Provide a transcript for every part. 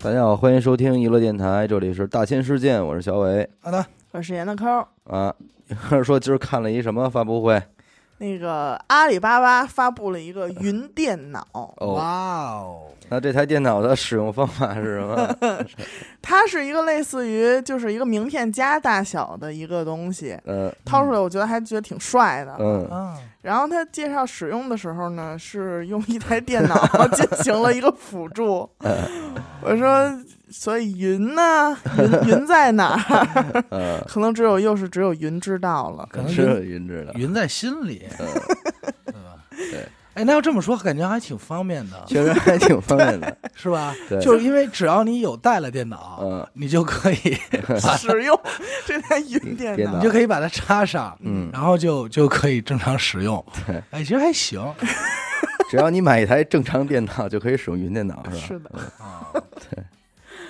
大家好，欢迎收听娱乐电台，这里是大千世界，我是小伟好的，我是严的抠。啊。 说今儿看了一什么发布会？那个阿里巴巴发布了一个云电脑，哦，哇哦，那这台电脑的使用方法是什 么？它是一个类似于就是一个名片夹大小的一个东西，嗯掏出来我觉得还觉得挺帅的。嗯，啊，然后它介绍使用的时候呢，是用一台电脑进行了一个 辅助。我说，所以云呢，云云在哪儿？ 嗯，可能只有又是只有云知道 了。可能是云云知道，云在心里， 对吧？嗯对，哎，那要这么说，感觉还挺方便的，确实还挺方便 的。是吧？对就是因为只要你有带了电脑，嗯你就可以， 使用这台云电电脑脑你就可以把它插上，啊嗯然后就就可以正常使用。对，哎，其实还行只要你买一台正常电脑，就可以使用云电脑，是吧？嗯是的，啊，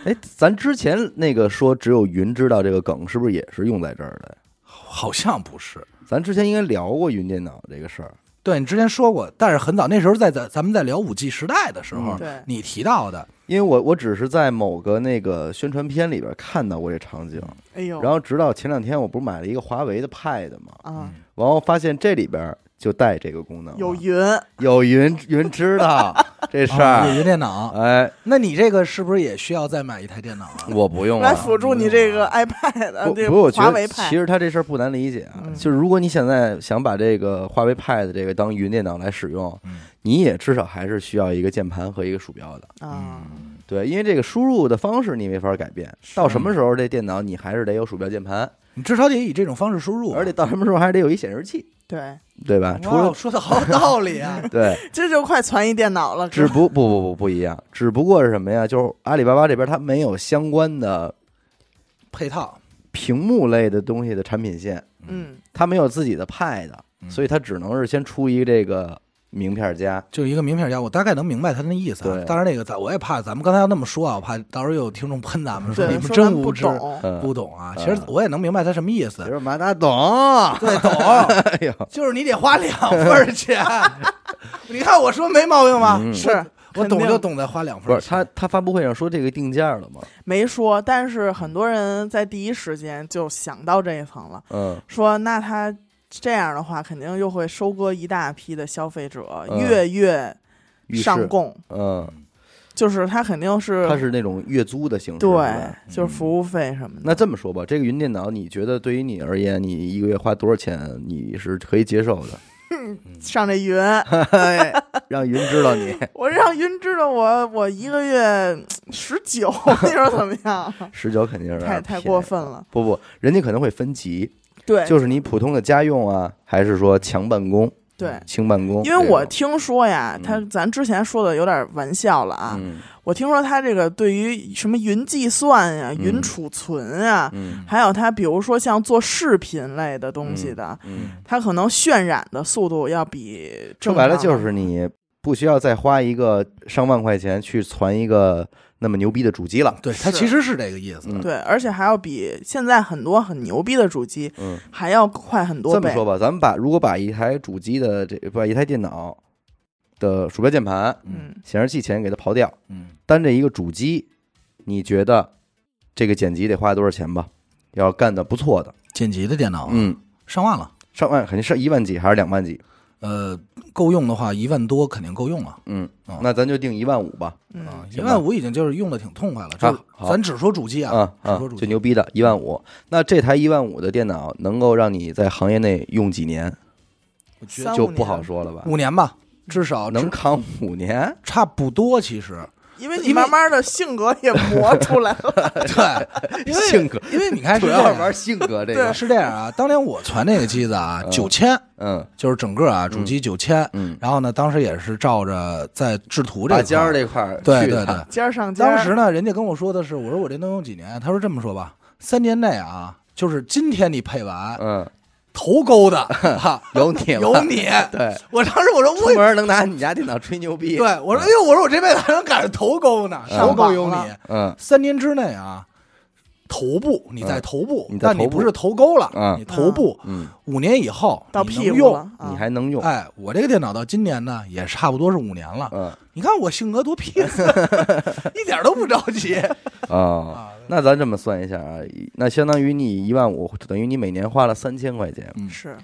哎，咱之前那个说只有云知道这个梗，是不是也是用在这儿的？好像不是。咱之前应该聊过云电脑这个事儿。对你之前说过，但是很早那时候在咱咱们在聊五 G 时代的时候，嗯对你提到的，因为我我只是在某个那个宣传片里边看到过这场景，哎呦，然后嗯直到前两天我不是买了一个华为的 Pad 嘛，啊，然后发现这里边就带这个功能了，有云，有云云知 道这事哦啊有儿，云电脑，哎，那你这个是不是也需要再买一台电脑啊？我不用来了。辅助你这个 iPad，呃不这不，我个华觉为得 Pad。其实他这事儿不难理解啊，嗯就是如果你现在想把这个华为 Pad 这个当云电脑来使用，嗯你也至少还是需要一个键盘和一个鼠标的，啊，对，因为这个输入的方式你没法改变，到什么时候这电脑你还是得有鼠标键盘，你至少得以这种方式输入，啊而且到什么时候还得有一显示器，对，对吧？啊除了哦哇说的好有道 理啊，对，这就快传一电脑了，只哥不不不不不一样，只不过是什么呀？就是阿里巴巴这边它没有相关的配套，屏幕类的东西的产品线，嗯，它没有自己的 Pad，嗯所以它只能是先出一个这个名片夹。就一个名片夹，我大概能明白他那意思啊对。当然，那个咱我也怕咱们刚才要那么说啊，我怕到时候有听众喷咱们说对，你们说真咱不无知，懂，嗯，不懂啊。嗯其实我也能明白他什么意比思，如马大 懂，对，懂，哎呦，就是你得花两份儿 钱。你看我说没毛病吧？嗯是我肯定懂就懂得花两份不儿是他钱。他发布会上说这个定价了吗？没说，但是很多人在第一时间就想到这一层了，嗯，说那他这样的话，肯定又会收割一大批的消费者，嗯月月浴上室，供，嗯，就是他肯定是它是那种月租的形式，是对吧，就是服务费什么的。那这么说吧，这个云电脑，你觉得对于你而言，你一个月花多少钱你是可以接受的？上这云，哎 让云知道你我让云知道我我一个月十九， 你说怎么样？啊十九肯定是有点太太便宜过分了，不不，人家可能会分级，对，就是你普通的家用啊，还是说强办公、对，轻办公这因种？为我听说呀嗯，他咱之前说的有点玩笑了啊，嗯我听说他这个对于什么云计算呀、云储存啊，嗯还有他比如说像做视频类的东西的，嗯，它可能渲染的速度要比说正白了常就的是你不需要再花一个上万块钱去传一个那么牛逼的主机了。对他是其实是这个意思。嗯对，而且还要比现在很多很牛逼的主机嗯，还要快很多这么倍。说吧，咱嗯们把如果把一台主机的这把一台电脑的鼠标、键盘、嗯，显示器钱给它刨掉，嗯，单这一个主机，你觉得这个剪辑得花多少钱吧？要干的不错的，剪辑的电哦脑啊嗯，上万了，上万肯定是一万几还是两万几？呃，够用的话一万多肯定够用了。嗯啊，那咱就定一万五吧。嗯啊，一行万吧啊五已经就是用的挺痛快了。就是好咱只说主机啊，啊啊说主，机最牛逼的一万五。那这台一万五的电脑能够让你在行业内用几年，我觉得三就五不好年，说了吧？嗯五年吧，至少能至扛五年？差不多。其 实，因为因你为慢慢的性格也磨出来了。 对，因为性格因为你看是主这要样是玩性格这对个。是这样啊。当年我传那个机 子啊，九千嗯就是整个啊主机九千，嗯，然后呢，当时也是照着在制图这拔个尖儿这块儿，对对对。尖儿上尖儿，当时呢，人家跟我说的是，我说我这能用几年？啊他说这么说吧，三年内啊，就是今天你配完 嗯，头 勾的啊，有你了有你。对，我当时我说我出也门能拿你家电脑吹牛逼。对，我说哎呦，我说我这辈子还能赶上头勾呢，嗯上勾有你。嗯，三年之内啊，头部，你在头部，你在但你头部不是头沟了，啊你头部、嗯，五年以后到你屁能股用。了，啊你还能用，哎，我这个电脑到今年呢，也差不多是五年了。嗯啊你看我性格多 peace，一点都不着急。啊哦那咱这么算一下啊，那相当于你一万五，等于你每年花了三千块钱，嗯是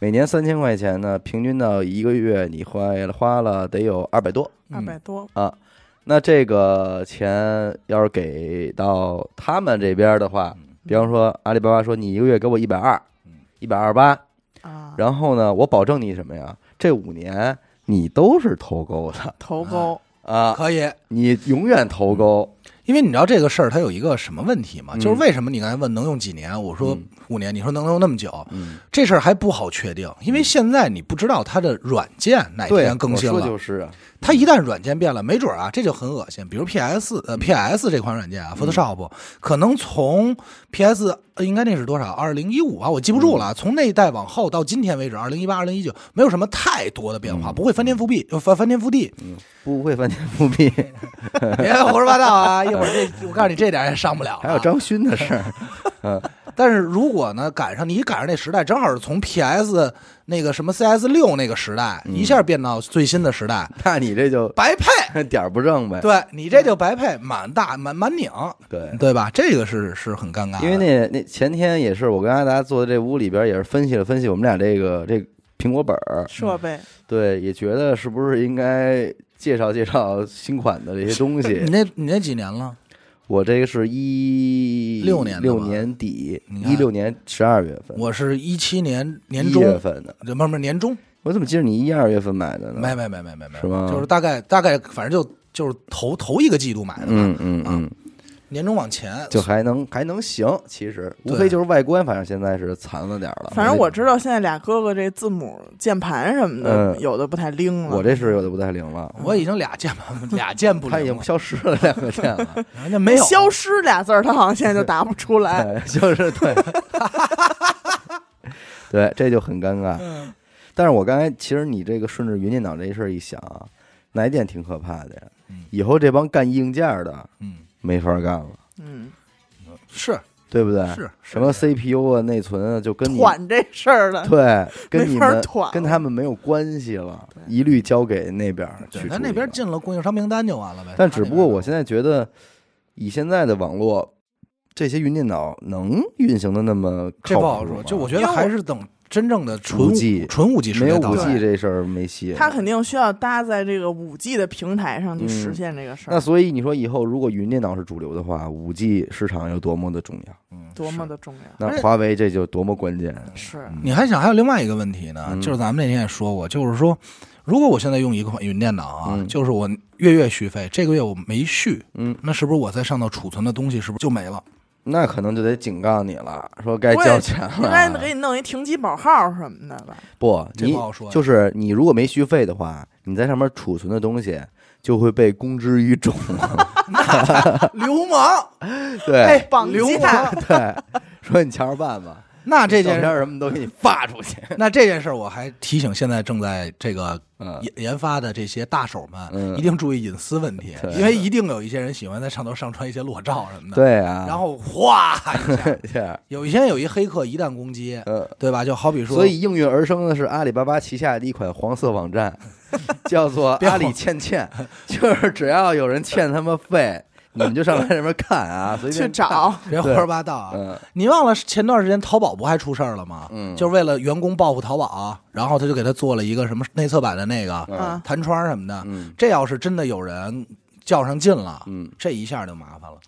每年三千块钱呢，平均到一个月你花了花了得有二百多二百多，啊。那这个钱要是给到他们这边的话，比方说阿里巴巴说你一个月给我一百二嗯，一百二八，啊，然后呢，我保证你什么呀？这五年你都是头钩的头沟啊，可以，你永远头钩。因为你知道这个事儿它有一个什么问题吗？嗯就是为什么你刚才问能用几年，我说嗯五年，你说能用那么久，嗯，这事儿还不好确定，因为现在你不知道它的软件哪对，天哎更新我了。说就是啊，它一旦软件变了，没准儿啊，这就很恶心。比如 PS 嗯呃 PS 这款软件啊，Photoshop 可能从 PS 呃应该那是多少？二零一五啊，我记不嗯住了。从那一代往后到今天为止，二零一八、二零一九，没有什么太多的变化，嗯不会翻天覆地，呃翻翻天覆地。 不会翻天覆地。别胡说八道啊！ 一会儿这我告诉你，这点儿也上不了了。啊还有张勋的事儿， 但是如果呢赶上你赶上那时代，正好是从 PS 那个什么 CS 六那个时代、嗯一下变到最新的时代，那你这就 白配。点儿不正呗。对你这就白配，满大满满拧，对，对吧？这个是是很尴尬的，因为那那前天也是我跟阿达坐在这屋里边，也是分析了分析我们俩这个这苹果本儿，设备，对，也觉得是不是应该介绍介绍新款的这些东你西。那你那几年了？我这个是一六年的吧六年底，你看一六年十二月份，我是一七年年一月中，份的，不是不是年中，我怎么记得你一二月份买的呢？没没没没没没，是吗就是大概大概，反正就就是头头一个季度买的吧，啊嗯嗯嗯，年中往前就还能还能行，其实无对非就是外观，反正现在是残了点儿了。反正我知道现在俩哥哥这字母键盘什么的，嗯有的不太灵了。我这是有的不太灵了，我已经俩键盘俩键不它已灵经了，消失了两个键了。人家没有消失俩字儿，他好像现 在就打不出来。哎，就是对， 对，这就很尴尬。嗯但是我刚才其实你这个顺着云电脑这事儿一想啊，哪一点挺可怕的呀嗯？以后这帮干硬件的嗯，没法干了，嗯，是对不对？是什么 CPU 啊、内存啊，就跟你团这事儿了，对，跟你没法们团了跟他们没有关系了，一律交给那边儿去对，处理咱那边了进了供应商名单就完了呗。但只不过我他现在觉得，以现在的网络，这些云电脑能运行的那么这靠不好谱说，吗就我觉因得为我还是等真正的纯五 G 纯五 G 时没有代到五来 G 这事儿没戏。他肯定需要搭在这个五 G 的平台上去嗯实现这个事那儿，所以你说以后如果云电脑是主流的话，五 G 市场有多么的重要？嗯多么是的重要！那华为这就多么关键。是，嗯你还想还有另外一个问题呢，嗯就是咱们那天也说过，就是说，如果我现在用一款云电脑啊，嗯就是我月月续费，这个月我没续，嗯，那是不是我再上到储存的东西是不是就没 了？那可能就得警告你了，说该交钱了。应该给你弄一停机保号什么的吧？不，这你不好说呀就是你如果没续费的话，你在上面储存的东西就会被公之于众。流氓， 对绑流架氓！对，说你瞧着办吧，那这照件片事，什么都给你发出 去。那这件事儿我还提醒现在正在这个嗯，研研发的这些大手们，嗯一定注意隐私问题，对因为一定有一些人喜欢在上头上传一些裸照什么 的，，对啊。 然后哗一 下，这样，有一些有一黑客一旦攻击，嗯。对吧？就好比说，所以应运而生的是阿里巴巴旗下的一款黄色网 站，叫做别阿里欠 欠，就是只要有人欠他们费，你们就上来这边看嗯啊，随去便。找，别胡说八道啊！嗯你忘了前段时间淘宝不还出事儿了吗？嗯就是为了员工报复淘宝、然后他就给他做了一个什么内测版的那个嗯嗯，弹窗什么的。嗯这要是真的有人较上劲了，嗯，这一下就麻烦了。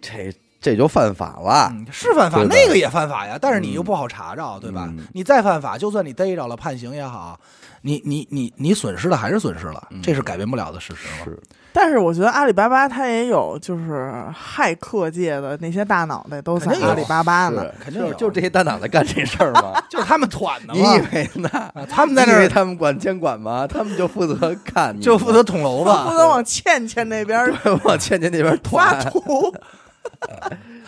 这这就犯法了。嗯，是犯法，对的那个也犯法呀，但是你又不好查着，对吧？嗯你再犯法，就算你逮着了判刑也好，你你你你损失了还是损失了，这是改变不了的事实了。嗯是，但是我觉得阿里巴巴它也有，就是骇客界的那些大脑袋都在肯定有阿里巴巴呢。是肯定就有就这些大脑袋干这事儿 吗？就是他们团的你嘛以，为呢？啊他们你 在那以为儿他们管监管吗？他们就负责看你，就 负责捅娄子，不能往倩倩那边儿往倩倩那边发团，图，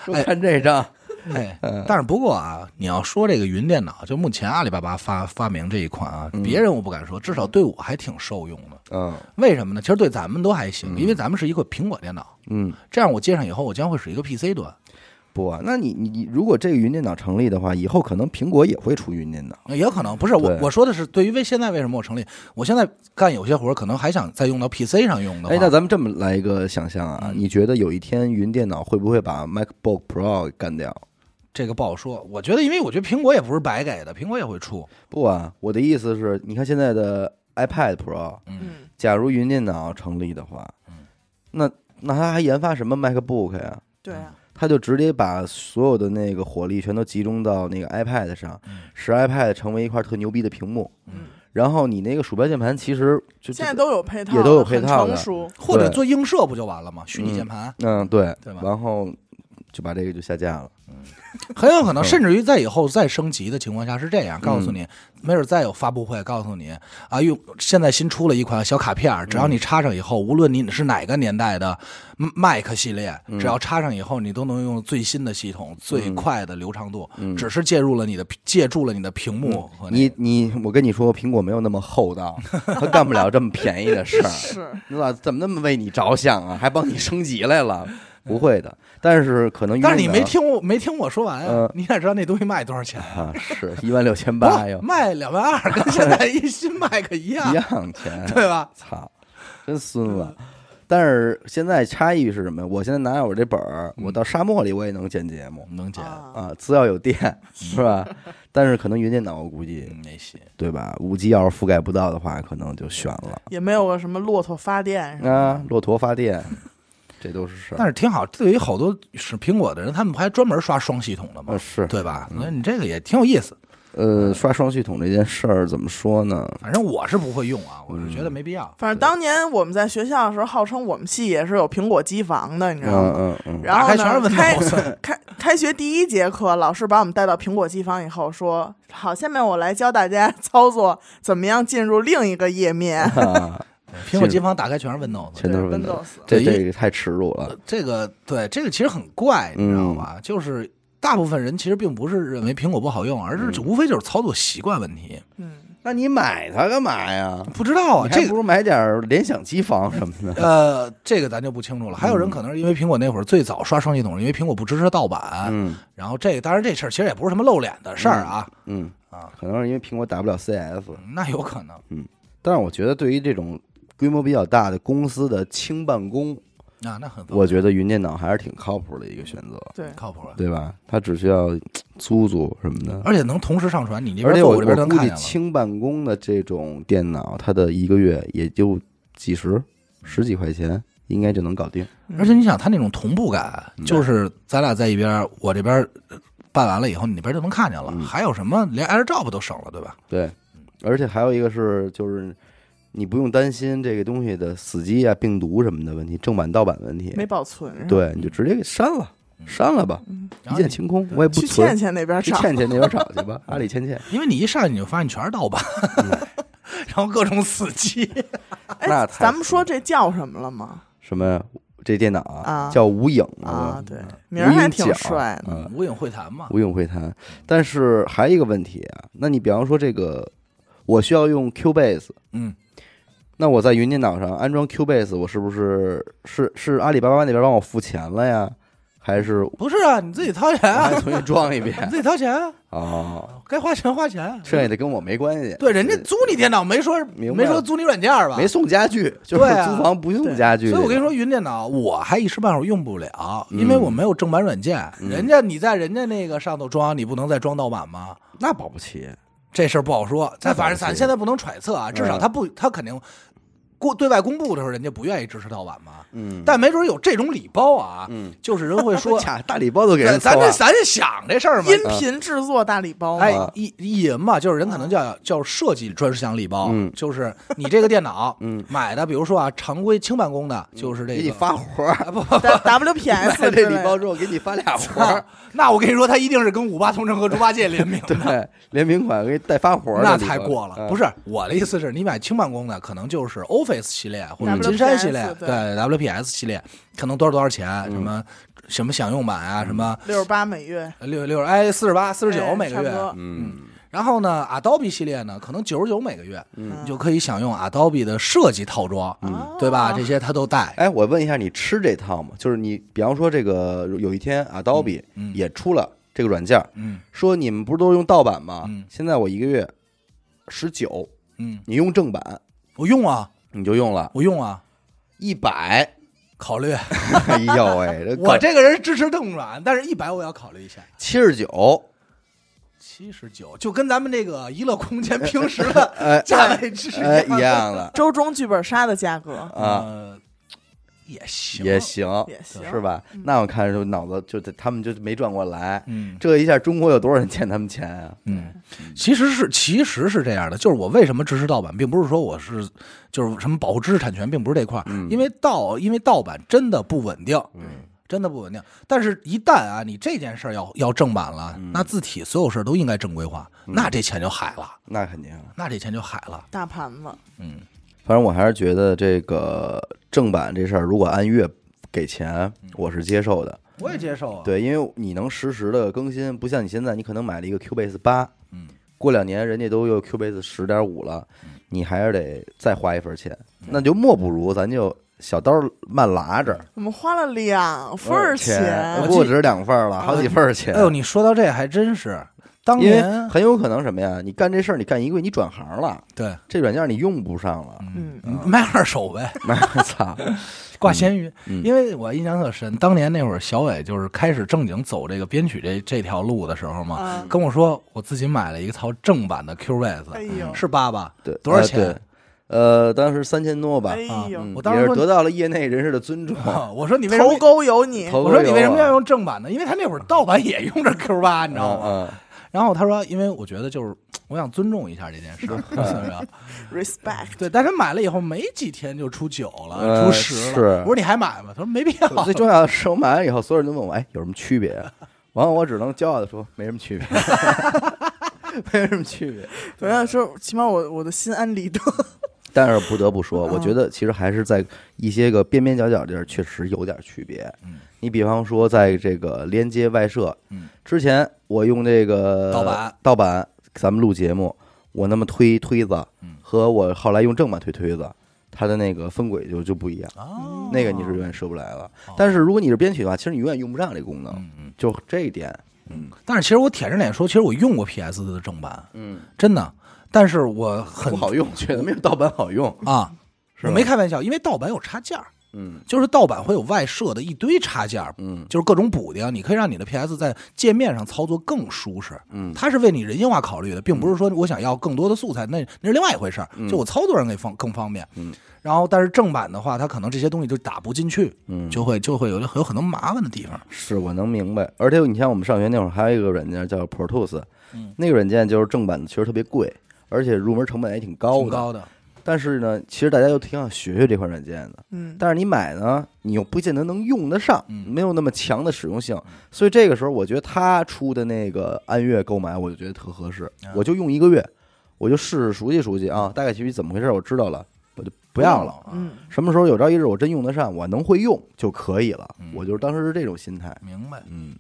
说看这张。哎嗯，但是不过啊，你要说这个云电脑，就目前阿里巴巴发发明这一款啊，别人我不敢说，至少对我还挺受用的。嗯为什么呢？其实对咱们都还行，因为咱们是一个苹果电脑，嗯，这样我接上以后，我将会是一个 PC 端。不啊，那你你你如果这个云电脑成立的话，以后可能苹果也会出云电脑。也有可能不是我对我说的是对于为现在为什么我成立，我现在干有些活儿可能还想再用到 PC 上用的话，哎，那咱们这么来一个想象啊，嗯你觉得有一天云电脑会不会把 MacBook Pro 给干掉？这个不好说。我觉得，因为我觉得苹果也不是白给的，苹果也会出。不啊，我的意思是，你看现在的 iPad Pro，嗯，假如云电脑成立的话，嗯那那他还研发什么 MacBook 呀、对啊，他就直接把所有的那个火力全都集中到那个 iPad 上，嗯使 iPad 成为一块特牛逼的屏幕。嗯然后你那个鼠标键盘其实就现在都有配套，也都有配很套的成熟，或者对做映射不就完了吗？虚拟键盘、嗯对，对吧然后就把这个就下架了。很有可能，嗯甚至于在以后再升级的情况下是这样，告诉你，没准再有发布会告诉你啊，用现在新出了一款小卡片儿，只要嗯你插上以后，无论你是哪个年代的 Mac 系列，嗯只要插上以后，你都能用最新的系统、最快的流畅度，只是介入了你的借助了你的屏幕和那嗯你你，我跟你说，苹果没有那么厚 道，他干不了这么便宜的事儿。是你咋怎么那么为你着想啊？还帮你升级来了？不会的，但是可能但是你用的没听我没听我说完啊，嗯你哪知道那东西卖多少钱？啊，是一万六千八哟不，卖两万二，跟现在一新麦克一 样一，样钱。对吧？操，真孙子！嗯但是现在差异是什么呀？我现在拿我这本儿，嗯我到沙漠里我也能剪节目能减啊，啊，只要有电是吧？但是可能云电脑我估计嗯没戏。对吧？五 G 要是覆盖不到的话，可能就悬了也没有个什么骆驼发电什么啊！骆驼发电，这都是事嗯但儿。是挺好，对于好多使苹果的人，他们不还专门刷双系统的呃，吗？是对吧？那你这个也挺有意思。呃，刷双系统这件事儿怎么说呢？反正我是不会用啊，我嗯是觉得没必要。反正当年我们在学校的时候，号称我们系也是有苹果机房的，你知道嗯吗？嗯嗯，然后打开全是呢，开 Windows 开开学第一节课，老师把我们带到苹果机房以后说：“好，下面我来教大家操作怎么样进入另一个页面。啊， 苹果机房打开全是 Windows，全都是对 Windows， Windows 这对这个太耻辱了。这个对这个其实很怪，你嗯知道吧？就是大部分人其实并不是认为苹果不好用，而嗯是无非就是操作习惯问题。”嗯，那你买它干嘛呀？不知道啊，你还这不个如买点儿联想机房什么 的。呃，这个咱就不清楚了。还有人嗯可能是因为苹果那会儿最早刷双系统，是因为苹果不支持盗版，嗯然后这个当然这事儿其实也不是什么露脸的事儿啊，嗯啊，可能是因为苹果打不了 CS，那有可能但是我觉得对于这种规模比较大的公司的轻办公，啊，那很我觉得云电脑还是挺靠谱的一个选择，对，靠谱啊。对吧？它只需要嘖租租什么的。而且能同时上传，你这而边且做我这我边能估看计见了。轻办公的这种电脑，它的一个月也就几十、嗯十几块钱，应该就能搞定。而且你想，他那种同步感，嗯就是咱俩在一边，我这边呃办完了以后，你那边就能看见了。嗯还有什么连 AirDrop 都省了，对吧？对，而且还有一个是，就是你不用担心这个东西的死机啊、病毒什么的问题，正版盗版问题。没啊保存。，对，你就直接给删了，删了吧，一嗯然后键你清空，我也不去倩存，倩那边去找。倩倩那边找去 吧，阿里倩倩，因为你一上去你就发现全是盗版，嗯 然后各种死机。那哎，太咱们说这叫什么了吗？什么呀？这电脑啊叫无影啊，，对，无名儿还影挺脚帅的。嗯 无影会谈嘛，无影会谈。但是还有一个问题啊，那你比方说这个，我需要用 Cubase，嗯，那我在云电脑上安装 Cubase，我是不是是是阿里巴巴那边帮我付钱了呀？还是我不是啊，你自己掏钱啊还，重新装一遍 你自己掏钱啊，哦，该花钱花钱。剩下的跟我没关系。对，人家租你电脑没说明白没说租你软件吧？没送家具，就是对啊租房不用家具。所以我跟你说，说，云电脑我还一时半会儿用不了，因嗯为我没有正版软件。人家你在人家那个上头装，你不能再装盗版吗？那保不齐。这事儿不好说。那咱当反然正是嗯咱现在不能揣测啊，至少他不，他肯定过对外公布的时候，人家不愿意支持盗版嘛。嗯，但没准有这种礼包啊，嗯就是人会 说，卡大礼包都给对人啊咱搜这了咱这想这事儿嘛。音啊频制作大礼包嘛，哎，意意淫嘛，就是人可能叫叫设计专项礼包，啊嗯就是你这个电脑嗯买的，比如说啊，常规轻办公的，就是这给个你发活儿， 买 WPS 了之这类礼包的，之后给你发 俩活啊儿， 那我跟你说，他一定是跟五八同城和猪八戒联名的。 对，联名款给你带发活儿的那礼包，太过了，嗯不是我的意思是，你买轻办公的，可能就是 Office 系列或者嗯金山系列， WPS 对对 WPS 系列，可能多少多少钱，什么什么享用版啊，什么六十八每月，六六哎四十八四十九哎每个差不月，多嗯，然后呢，Adobe 系列呢，可能九十九每个月，嗯你就可以享用 Adobe 的设计套装，嗯对吧？哦这些它都带。哎，我问一下，你吃这套吗？就是你，比方说这个有一天啊 Adobe 嗯嗯也出了这个软件儿，嗯说你们不是都用盗版吗？嗯现在我一个月十九，嗯，你用正版我用啊，你就用了我用啊，一 百，考虑。哎呦喂，这我这个人支持邓软，但是一百我要考虑一下。七十九，七十九，就跟咱们这个娱乐 空间平时的哎价位支持哎一一样样的周中剧本杀的价格啊，呃也嗯行，也行，也行，是吧？那我看就脑子就他们就没转过来，嗯这一下中国有多少人欠他们钱啊？嗯，其实是其实是这样的，就是我为什么支持盗版，并不是说我是就是什么保护知识产权，并不是这块儿，因为盗因为盗版真的不稳定，嗯真的不稳定。但是，一旦啊你这件事儿要要正版了，嗯那字体所有事儿都应该正规化，那这钱就海了，那肯定啊，那这钱就海了。大盘子，嗯反正我还是觉得这个正版这事儿，如果按月给钱，我是接受的。我也接受啊，对，因为你能实时的更新，不像你现在，你可能买了一个 Cubase 八，嗯，过两年人家都有 Cubase 十点五了，你还是得再花一份钱，那就莫不如咱就小刀慢拉着，哦我们花了两份儿钱我不止两份儿了，好几份儿钱哎。呦，你说到这还真是，当因为年很有可能什么呀？你干这事儿，你干一个月，你转行了，对，这软件你用不上了。 嗯，你卖二手呗，妈操！挂闲鱼。嗯因为我印象特深，当年那会儿小伟就是开始正经走这个编曲这这条路的时候嘛，啊，跟我说我自己买了一套正版的 Cubase，、哎呦，是八吧？对，多少呃钱？对呃，当时三千多吧哎。呦嗯，我当也时是得说到了业内人士的尊重。啊我说你为什头么？沟有你，头哎我说你为什么要用？用正版呢？因为他那会儿盗版也用着 Q 八，你知道吗？嗯嗯然后他说，因为我觉得就是我想尊重一下这件事 儿是不是， respect，对。但是买了以后没几天就出九了，呃出十是了。我说你还买吗？他说没 必要。最重要的是，我买完以后，所有人都问我，哎，有什么区别啊？完了，我只能骄傲的说，没什么区别， 没什么区别。我要说，起码我我的心安理得。但是不得不说，嗯我觉得其实还是在一些个边边角角地儿，确实有点区别嗯。你比方说，在这个连接外设嗯，之前，我用这个盗版，盗版，咱们录节目，我那么推推子嗯，和我后来用正版推推子，它的那个分轨就就不一样。哦那个你是永远设不来了哦。但是如果你是编曲的话，其实你永远用不上这个功能，嗯嗯。就这一点。但是其实我舔着脸说，其实我用过 PS 的正版，嗯，真的。但是我很不好 用，觉得没有盗版好用。啊，是吧我没开玩笑，因为盗版有插件儿，嗯就是盗版会有外设的一堆插件儿，嗯就是各种补丁，你可以让你的 PS 在界面上操作更舒适。嗯它是为你人性化考虑的，并不是说我想要更多的素材，那那是另外一回事儿。就我操作上给方更方便。嗯，然后但是正版的话，它可能这些东西就打不进去，嗯，就会就会有有很多麻烦的地方。是我能明白。而且你像我们上学那会儿，还有一个软件叫 Pro Tools，嗯那个软件就是正版的，其实特别贵，而且入门成本也挺高挺的。高的，但是呢，其实大家都挺想学学这款软件的。嗯，但是你买呢，你又不见得能用得上，嗯没有那么强的实用性，所以这个时候我觉得他出的那个按月购买，我就觉得特合适，啊嗯我就用一个月，我就试试熟悉熟悉啊，大概其实怎么回事我知道了，我就不要了。嗯，什么时候有朝一日我真用得上，我能会用就可以了嗯。我就是当时是这种心态，明白。嗯。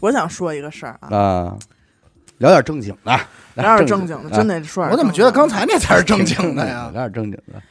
我想说一个事儿啊，啊，聊点正经的， 聊点正正经的，真的得说点正经的。啊我怎么觉得刚才那才是正正 经的呀？聊点正经的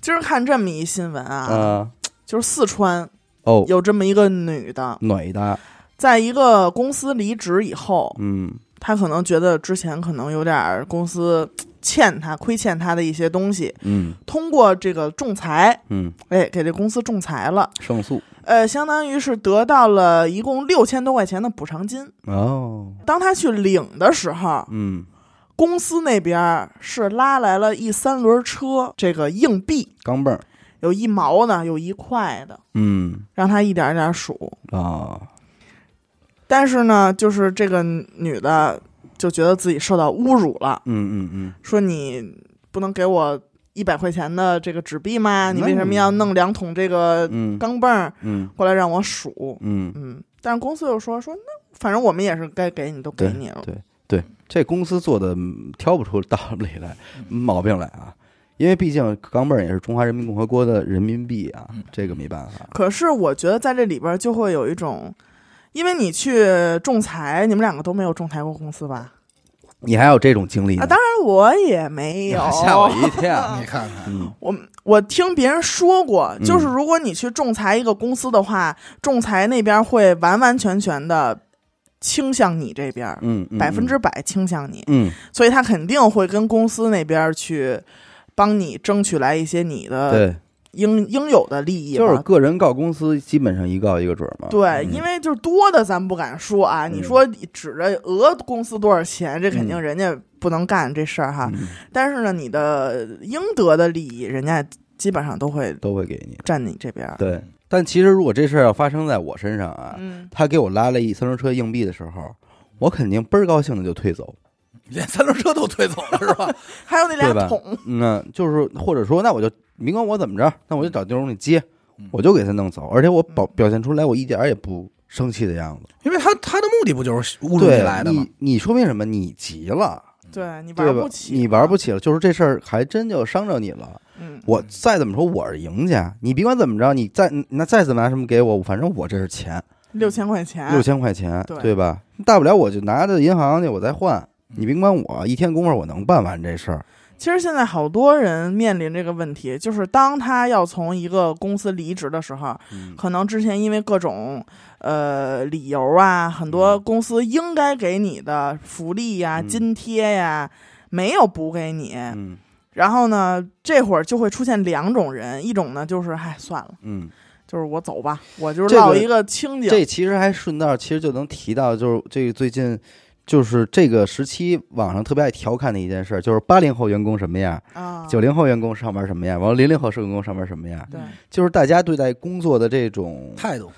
今儿看这么一新闻啊，嗯啊就是四川哦，有这么一个女的，暖的，在一个公司离职以后，嗯她可能觉得之前可能有点儿公司欠她、亏欠她的一些东西，嗯通过这个仲裁，嗯，哎，给这公司仲裁了，胜诉呃，相当于是得到了一共六千多块钱的补偿金。哦，当她去领的时候，嗯，公司那边儿是拉来了一三轮车，这个硬币钢镚儿，有一毛的，有一块的，嗯让她一点儿一点儿数。啊，但是呢，就是这个女的就觉得自己受到侮辱了，嗯嗯嗯，说你不能给我一百块钱的这个纸币吗？你那为什么要弄两桶这个嗯钢镚儿嗯过来让我数？嗯，嗯，但是公司又说说那反正我们也是该给你都给对你了，对对，这公司做的嗯挑不出道理来、毛病来啊。因为毕竟钢镚儿也是中华人民共和国的人民币啊嗯，这个没办法。可是我觉得在这里边儿就会有一种，因为你去仲裁，你们两个都没有仲裁过公司吧？你还有这种经历啊，呢？当然我也没有，嗯 吓我一跳。你 看看，嗯，我我听别人说过，嗯就是如果你去仲裁一个公司的话，仲裁那边会完完全全的倾向你这边，嗯，嗯百分之百倾向你，嗯所以他肯定会跟公司那边去帮你争取来一些你的对，应应有的利呃益吧。就是个人告公司，基本上一告一个准儿嘛。对，嗯因为就是多的咱不敢说啊，你嗯说指着讹公司多少钱，这肯定嗯人家不能干这事儿哈。嗯但是呢，你的应得的利益，人家基本上都会都会给你。站你这边儿。对，但其实如果这事儿要发生在我身上啊，嗯，他给我拉了一三轮车硬币的时候，我肯定倍儿高兴的就退走。连三轮车都推走了是吧？还有那对俩吧桶，嗯呐，就是或者说，那我就明管我怎么着，那我就找地方给你接嗯，我就给他弄走，而且我嗯表表现出来，我一点儿也不生气的样子。 因为他他的目的不就是侮辱你对来，的吗你？你说明什么？你急了，对你对玩吧不？起，你玩不。起了，就是这事儿还真就伤着你了。嗯，我再怎么说我是赢家，你别管怎么着，你再那再怎么拿什么给我，反正我这是钱，六千块钱，六千块钱，对嗯对吧？大不了我就拿着银行去，我再换。你甭管我，一天功夫我能办完这事儿。其实现在好多人面临这个问题，就是当他要从一个公司离职的时候，嗯可能之前因为各种呃理由啊，很多公司应该给你的福利呀、嗯津贴呀，没有补给你。嗯然后呢，这会儿就会出现两种人，一种呢就是唉算了，嗯，就是我走吧，我就是这个落一个清净。这其实还顺道，其实就能提到，就是这个最近。就是这个时期，网上特别爱调侃的一件事儿，就是八零后员工什么样，啊，嗯九零后员工上班什么样，完了零零后员工上班什么样，对，就是大家对待工作的这种态度，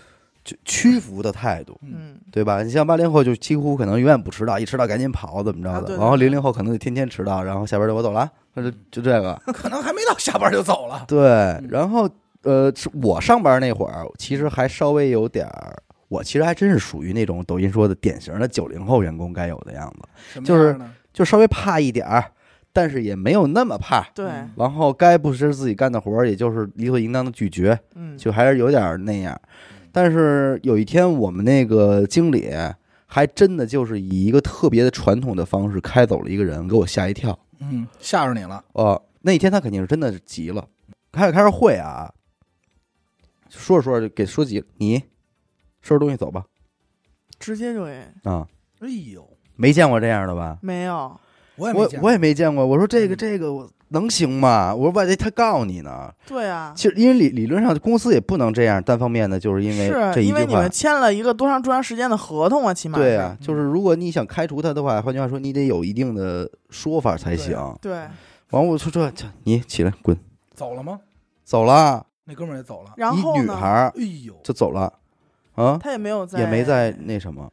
就屈服的态度，嗯，对吧？你像八零后就几乎可能永远不迟到，一迟到赶紧跑怎么啊着对的，对然后对零零后可能就天天迟到，然后下班就我走了，那就就这个。可能还没到下班就走 了。对，然后呃，是我上班那会儿，其实还稍微有点儿，我其实还真是属于那种抖音说的典型的九零后员工该有的样子，什么就是样呢就稍微怕一点儿，但是也没有那么怕。对，嗯然后该不是自己干的活儿，也就是理所应当的拒绝，嗯，就还是有点儿那样。但是有一天，我们那个经理还真的就是以一个特别的传统的方式开走了一个人，给我吓一跳。嗯，吓着你了，哦，那一天他肯定是真的是急了，开始开始会啊，说着说着就给说急了，你收拾东西走吧直接就给啊，哎呦，没见过这样的吧？没有，我也没我见过我也没见过，我说这个嗯这个我能行吗？我说万一他告你呢？对啊，其实因为理理论上公司也不能这样单方面的，就是因为这是啊一因为句你话们。签了一个多长多长时间的合同啊，起码对是啊，就是如果你想开除他的话，换句话说，你得有一定的说法才行。对，啊完，我说这这，你起来滚，走了吗？走了。那哥们儿也走了。然后一女呢孩儿哎呦，就走了，啊，他也没有在，也没在那什么，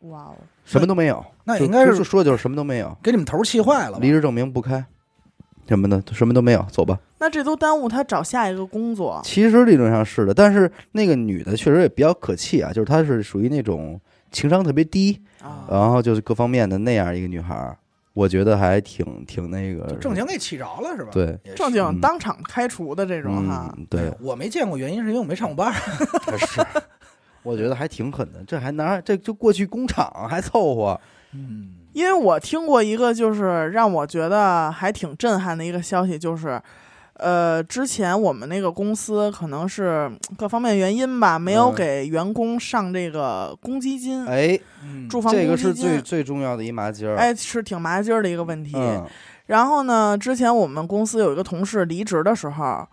哇哦，什么都没有。那就也应该就是说就是什么都没有，给你们头儿气坏了吧离？职证明不开，什么的，什么都没有，走吧。那这都耽误他找下一个工啊作。其实理论上是的，但是那个女的确实也比较可气啊，就是她是属于那种情商特别低，啊，然后就是各方面的那样一个女孩儿，我觉得还挺挺那个正经给气着了是吧？对，也是，哎正嗯经当场开除的这种哈，嗯， 对，我没见过，原因是因为我没上过班儿。是。我觉得还挺狠的，这还拿这就过去工厂还凑合，嗯，因为我听过一个就是让我觉得还挺震撼的一个消息，就是。呃，之前我们那个公司可能是各方面原因吧，没有嗯给员工上这个公积金、哎，嗯住房公积这个金，是最最重要的一麻筋儿。哎是挺麻筋儿的一个问题。嗯，然后呢，之前我们公司有一个同事离职的时候，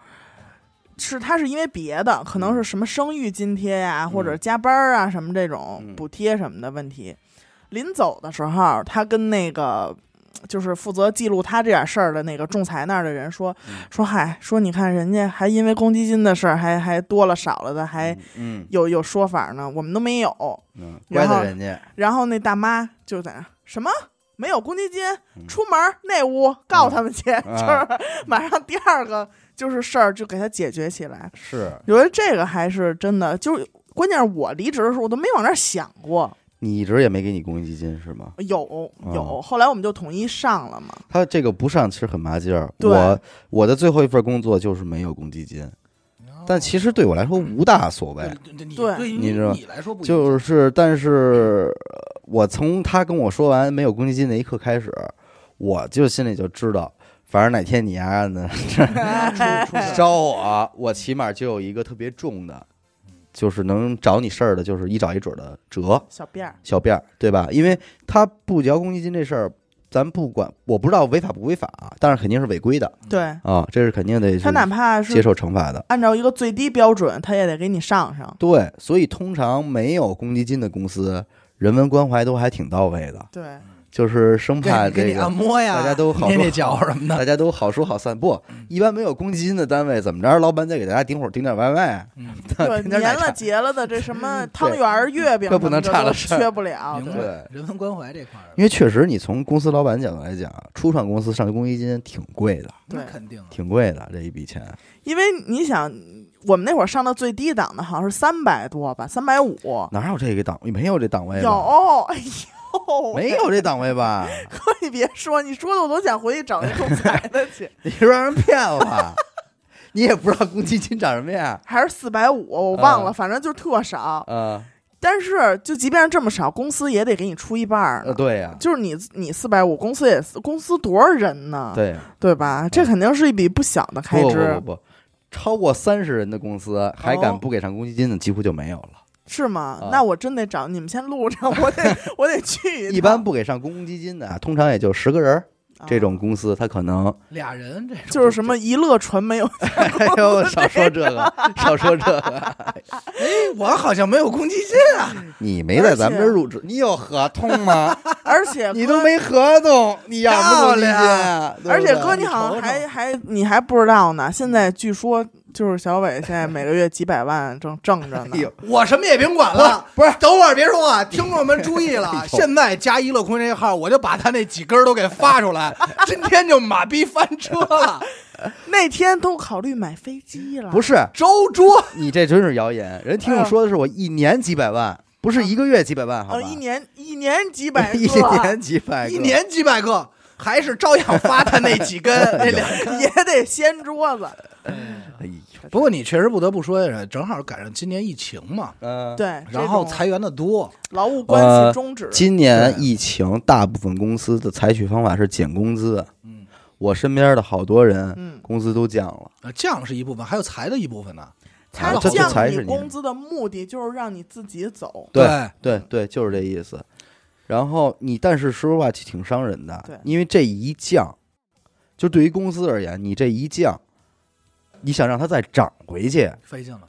是他是因为别的，嗯可能是什么生育津贴呀、或者加班儿啊什么这种嗯补贴什么的问题。临走的时候，他跟那个就是负责记录他这点事儿的那个仲裁那儿的人说、嗯说，嗨，说你看人家还因为公积金的事儿还还多了少了的，哎还嗯有有说法呢，我们都没有。嗯，然怪后的人家，然后那大妈就在那儿什么没有公积金，嗯出门儿那屋告他们去，啊 就是马上第二个就是事儿就给他解决起来。是我觉得这个还是真的，就是关键是我离职的时候我都没往那儿想过，你一直也没给你公益基金是吗？有有，哦后来我们就统一上了嘛。他这个不上其实很麻劲儿。对我我的最后一份工作就是没有公积金，哦但其实对我来说无大所谓。对你对对于你知道你来嗯说不一样就是，但是呃我从他跟我说完没有公积金那一刻开始，我就心里就知道，反正哪天你丫的出出事 儿招我，我起码就有一个特别重的，就是能找你事儿的，就是一找一准儿的折小辫儿，小辫儿，对吧？因为他不交公积金这事儿，咱不管，我不知道违法不违法，啊但是肯定是违规的对啊，这是肯定得他哪怕接是受惩罚的。按照一个最低标准，他也得给你上上。对，所以通常没有公积金的公司，人文关怀都还挺到位的， 对，就是生怕对，给这你个按摩呀，大家都好捏说捏脚什么 的，大家都好说好散步。嗯一般没有公积金的单位怎么着，老板得给大家顶会儿顶点外卖，啊对，点年奶了茶节了的这 什么汤圆儿、月饼，这不能差了事儿缺不了。明啊对白人文关怀这块儿，因为确实你从公司老板角度来讲，初创公司上公积金挺贵的，那对肯定啊挺贵的这一笔钱。因为你想，我们那会儿上到最低档的好像是三百多吧，三百五。哪有这个档？没有这档位吧？有，哎 呦，没有这档位 吧？哥，你别说，你说的我都想回去找那仲裁的 去。你是让人骗了，你也不知道公积金长什么 样还是四百五，我忘了，啊反正就特少。啊？但是就即便是这么少，公司也得给你出一半儿呢呃，对呀，就是你你四百五，公司也公司多少人呢？对呀。对吧？这肯定是一笔不小的啊开不支，不不不，超过三十人的公司还敢不给上公积金的，几乎就没有了。是吗？啊那我真得找你们先录着，我得 我得去一般不给上公积金的啊，通常也就十个人儿不这种公司，他可 能俩人这种就是什么一乐传媒有哎呦，少说这 个，少说这个，哎，我好像没有公积金啊，你没在咱们这儿入职，你有合同 吗？而且你哥都。没合同，你要什么公积金啊？而且哥，对不对你好瞅瞅像还还你还不知道呢。现在据说就是小伟现在每个月几百万正挣着呢哎。呦，我什么也别管了。不是等会儿别说啊， 听众们注意了，呦现在加一乐坤这号，我就把他那几根儿都给发出 来，今天就马逼翻车了，那天都考虑买飞机了。不是，是，周桌你这真是谣言。人听众说的是我一年几百万，不是一个月几百万，好呃，吧？一年一年几百 个，一年几哎百个，一年几百个，还是照样发他那几 根那哎两根。也得掀桌 子。哎呦，不过你确实不得不说呀，正好赶上今年疫情嘛，嗯，对，然后这种裁员的多，劳务关系呃终止。今年对疫情，大部分公司的采取方法是减工资。嗯，我身边的好多人嗯，工资都降了。呃降是一部分，还有裁的一部分呢。他啊这这才降是你你工资的目的就是让你自己走。对对对，就是这意思。然后你，但是说实话，挺伤人的。对因为这一降，就对于公司而言，你这一降，你想让它再涨回去，费劲了。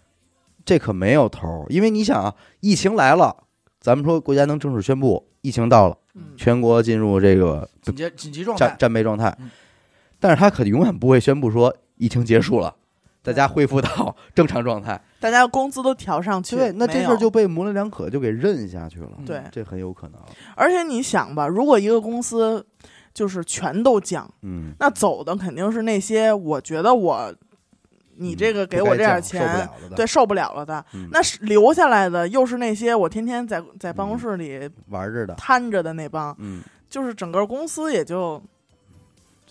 这可没有头儿。因为你想啊，疫情来了，咱们说国家能正式宣布疫情到了，嗯，全国进入这个紧急紧急状战态，战备状态嗯，但是他可永远不会宣布说疫情结束了，大家恢复到正常状态。大家工资都调上去，对，那这没事儿有就被模棱两可就给认下去嗯了。对。这很有可能。而且你想吧，如果一个公司就是全都降，嗯，那走的肯定是那些我觉得我你嗯这个给我这点儿钱，对，对受不了了的。嗯那是留下来的又是那些我天天在在办公室里玩着的，瘫着的那帮，嗯，就是整个公司也就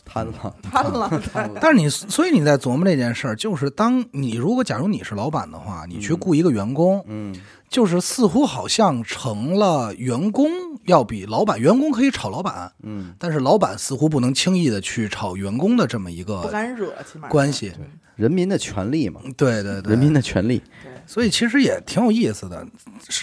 贪了，瘫了。贪了。但是你所以你在琢磨这件事儿，就是当你如果假如你是老板的话，你去嗯雇一个员工，嗯，就是似乎好像成了员工要比老板，员工可以炒老板，嗯，但是老板似乎不能轻易的去炒员工的这么一不个敢惹，起码关系。人民的权利嘛，对对嗯对，人民的权利。所以其实也挺有意思的，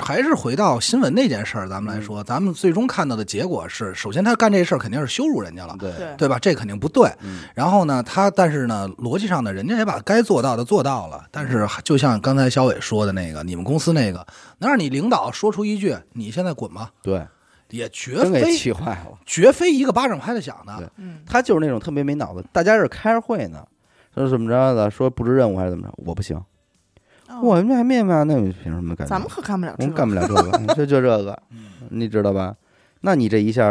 还是回到新闻那件事儿，咱们来嗯说，咱们最终看到的结果是，首先他干这事儿肯定是羞辱人家了，对，对对吧？这肯定不对。嗯然后呢，他但是呢，逻辑上呢，人家也把该做到的做到了。但是就像刚才小伟说的那个，你们公司那个，能让你领导说出一句“你现在滚吧对，”，也绝真给非气坏了。绝非一个巴掌拍得响的对。嗯，他就是那种特别没脑子，大家这儿开着会呢，说怎么着的，说布置任务还是怎么着，我不行，哦我们还面啊嘛，那你凭什么干？咱们可干不了我这们干个。不了这个， 就就这个，你知道吧？那你这一下，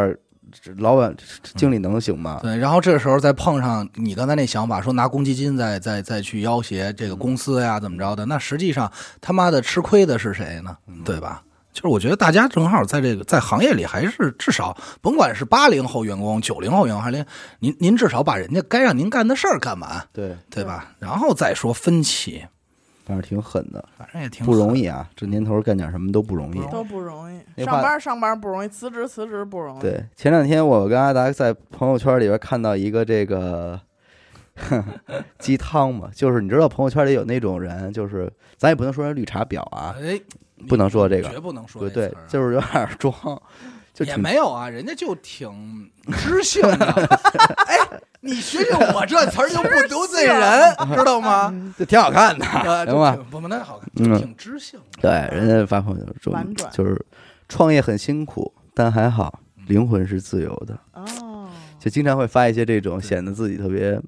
这老板这经理能行吗？对，然后这时候再碰上你刚才那想法，说拿公积金再再再去要嗯挟这个公司呀，怎么着的？那实际上他妈的吃亏的是谁呢？对吧？就是我觉得大家正好在这个在行业里，还是至少甭管是八零后员工、九零后员工，还是您您至少把人家该让您干的事儿干完，对，对吧？然后再说分歧，反正挺狠的，反正也挺不容易。易啊！这年头干点什么都不容易不。容都不容易，那上话班上班不容易，辞职辞职不容易。对，前两天我跟阿达在朋友圈里边看到一个这个 鸡汤嘛，就是你知道朋友圈里有那种人，就是咱也不能说人绿茶婊啊，哎，不能说这个绝不能说对这对词儿，啊就是有点 装，就也 挺没有啊，人家就挺知性的。 哎，你学学我这词儿就不得罪人，啊知道吗？啊嗯就挺好看的，啊，行吧就挺不不那好看，嗯就挺知性的。对，人家发朋友圈说婉转就是创业很辛苦，但还好嗯灵魂是自由的，哦，就经常会发一些这种显得自己特别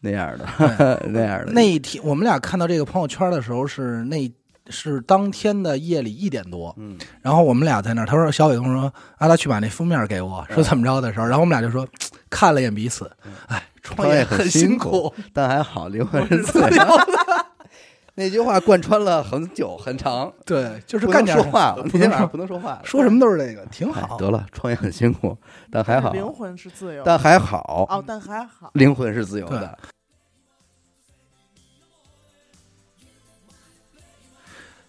那样的 那样的那一天我们俩看到这个朋友圈的时候是那。是当天的夜里一点多，嗯，然后我们俩在那儿，他说小伟跟我说，阿达去把那封面给我，嗯说怎么着的时候，然后我们俩就说，看了一眼彼此，哎，创业嗯很很辛苦苦，，但还好灵魂是自由的。 那句话贯穿了很久很长，对， 就就是干点说什么话，那不天能晚上说不能说话了。说什么都是这个，挺哎好，得了，创业很辛 苦，但还好，灵魂是自由的。但还好，啊哦，但还好。灵魂是自由的。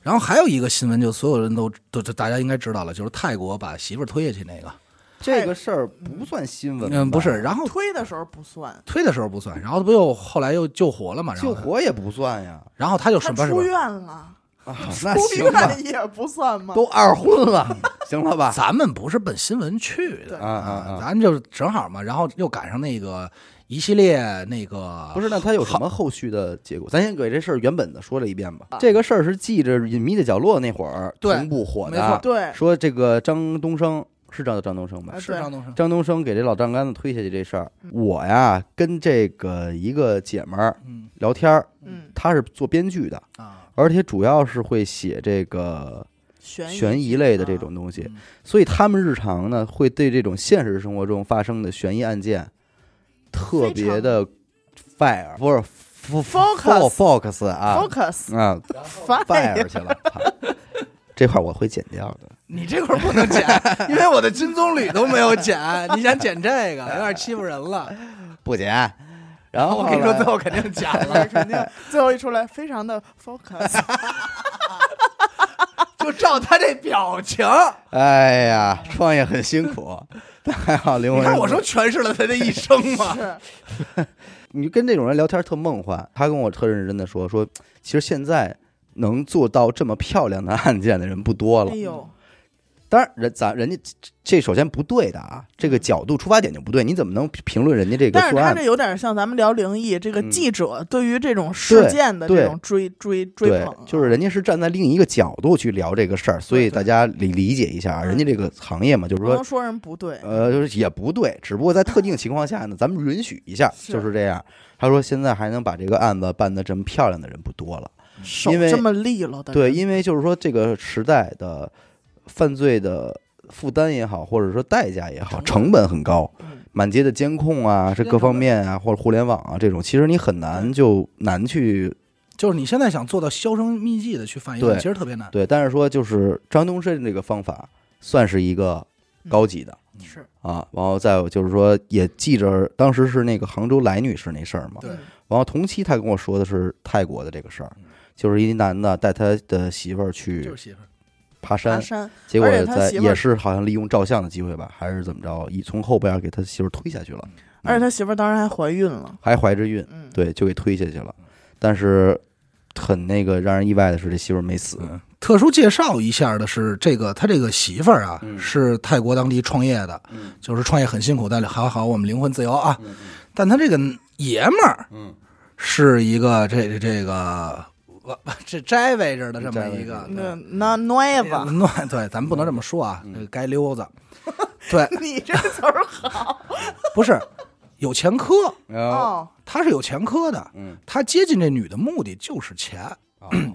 然后还有一个新闻，就所有人都都都大家应该知道了，就是泰国把媳妇儿推下去那个，这个事儿不算新闻吧，嗯，不是，然后推的时候不算，推的时候不算，然后不又后来又救活了嘛，然救后活也不算呀。然后他就他什么什出么，院了，啊， 那出行吧，院也不算吗？都二婚了，行了吧？咱们不是奔新闻去的对啊啊啊！咱们就正好嘛，然后又赶上那个一系列那个不是，那他有什么后续的结果？咱先给这事儿原本的说了一遍吧。这个事儿是记着《隐秘的角落》那会儿啊对同步火没错的，对，说这个张东升是叫张东升吧啊？是张东升，张东升给这老丈杆子推下去这事儿，我呀跟这个一个姐们儿嗯聊天儿，嗯，她是做编剧的，啊，而且主要是会写这个悬疑，悬疑类的这种东西，嗯所以他们日常呢会对这种现实生活中发生的悬疑案件特别的 fire，不是 Focus focus 啊 focus 啊 fire， fire 去了，操 这块儿我会剪掉的。你这块儿不能剪， 因为我的金棕榈都没有 剪，你想剪这个有点欺负人了，不剪。然后我跟你后说来最后肯定剪了， 肯定最后一出来非常的 focus，就照他这表情。哎呀，创业很辛苦，但还好灵你魂。看我说，诠释了他的一生嘛。是你跟这种人聊天特梦幻。他跟我特认真的说，说其实现在能做到这么漂亮的案件的人不多了哎。呦，当然，人咱人家这这首先不对的啊，这个角度出发点就不对，你怎么能评论人家这个嗯但是作他案这？有点像咱们聊灵异，这个嗯记者对于这种事件的对这种追追追对捧啊，，就是人家是站在另一个角度去聊这个事儿，所以对大家理理解一下啊，嗯人家这个行业嘛，就是不说能说人不对，呃，就是也不对，只不过在特定情况下 呢，咱们允许一下，是就是这样。他说现在还能把这个案子办得这么漂亮的人不多了，手因为这么利落的人，对，因为就是说这个时代的犯罪的负担也好，或者说代价也好，成本很高，嗯满街的监控啊，这间各方成本面啊，或者互联网啊这种，其实你很难就难去 就是你现在想做到销声匿迹的去犯一个对案，其实特别难。对，但是说就是张东升这个方法算是一个嗯高级的。是啊，然后再有就是说，也记着当时是那个杭州来女士那事儿嘛，对嗯然后同期他跟我说的是泰国的这个事儿嗯，就是一男的带他的媳妇儿就去是媳妇儿，爬爬山，嗯山，结果而且他在媳妇儿也是好像利用照相的机会吧，还是怎么着，一从后边儿给他媳妇儿推下去了，而且他媳妇儿当时还怀孕了，还怀着孕，嗯，对，就给推下去了。但是很那个让人意外的是，这媳妇儿没死，嗯。特殊介绍一下的是，这个他这个媳妇儿啊，嗯是泰国当地创业的，嗯就是创业很辛苦，但还好我们灵魂自由啊。但他这个爷们儿，嗯，是一个这这这个我这摘位置的这么一个，那那哎 nueva，对对，咱们不能这么说啊，这个该溜子，对，你这词儿好不是有前科，然后哦，他是有前科的，嗯，他接近这女的目的就是钱。哦哦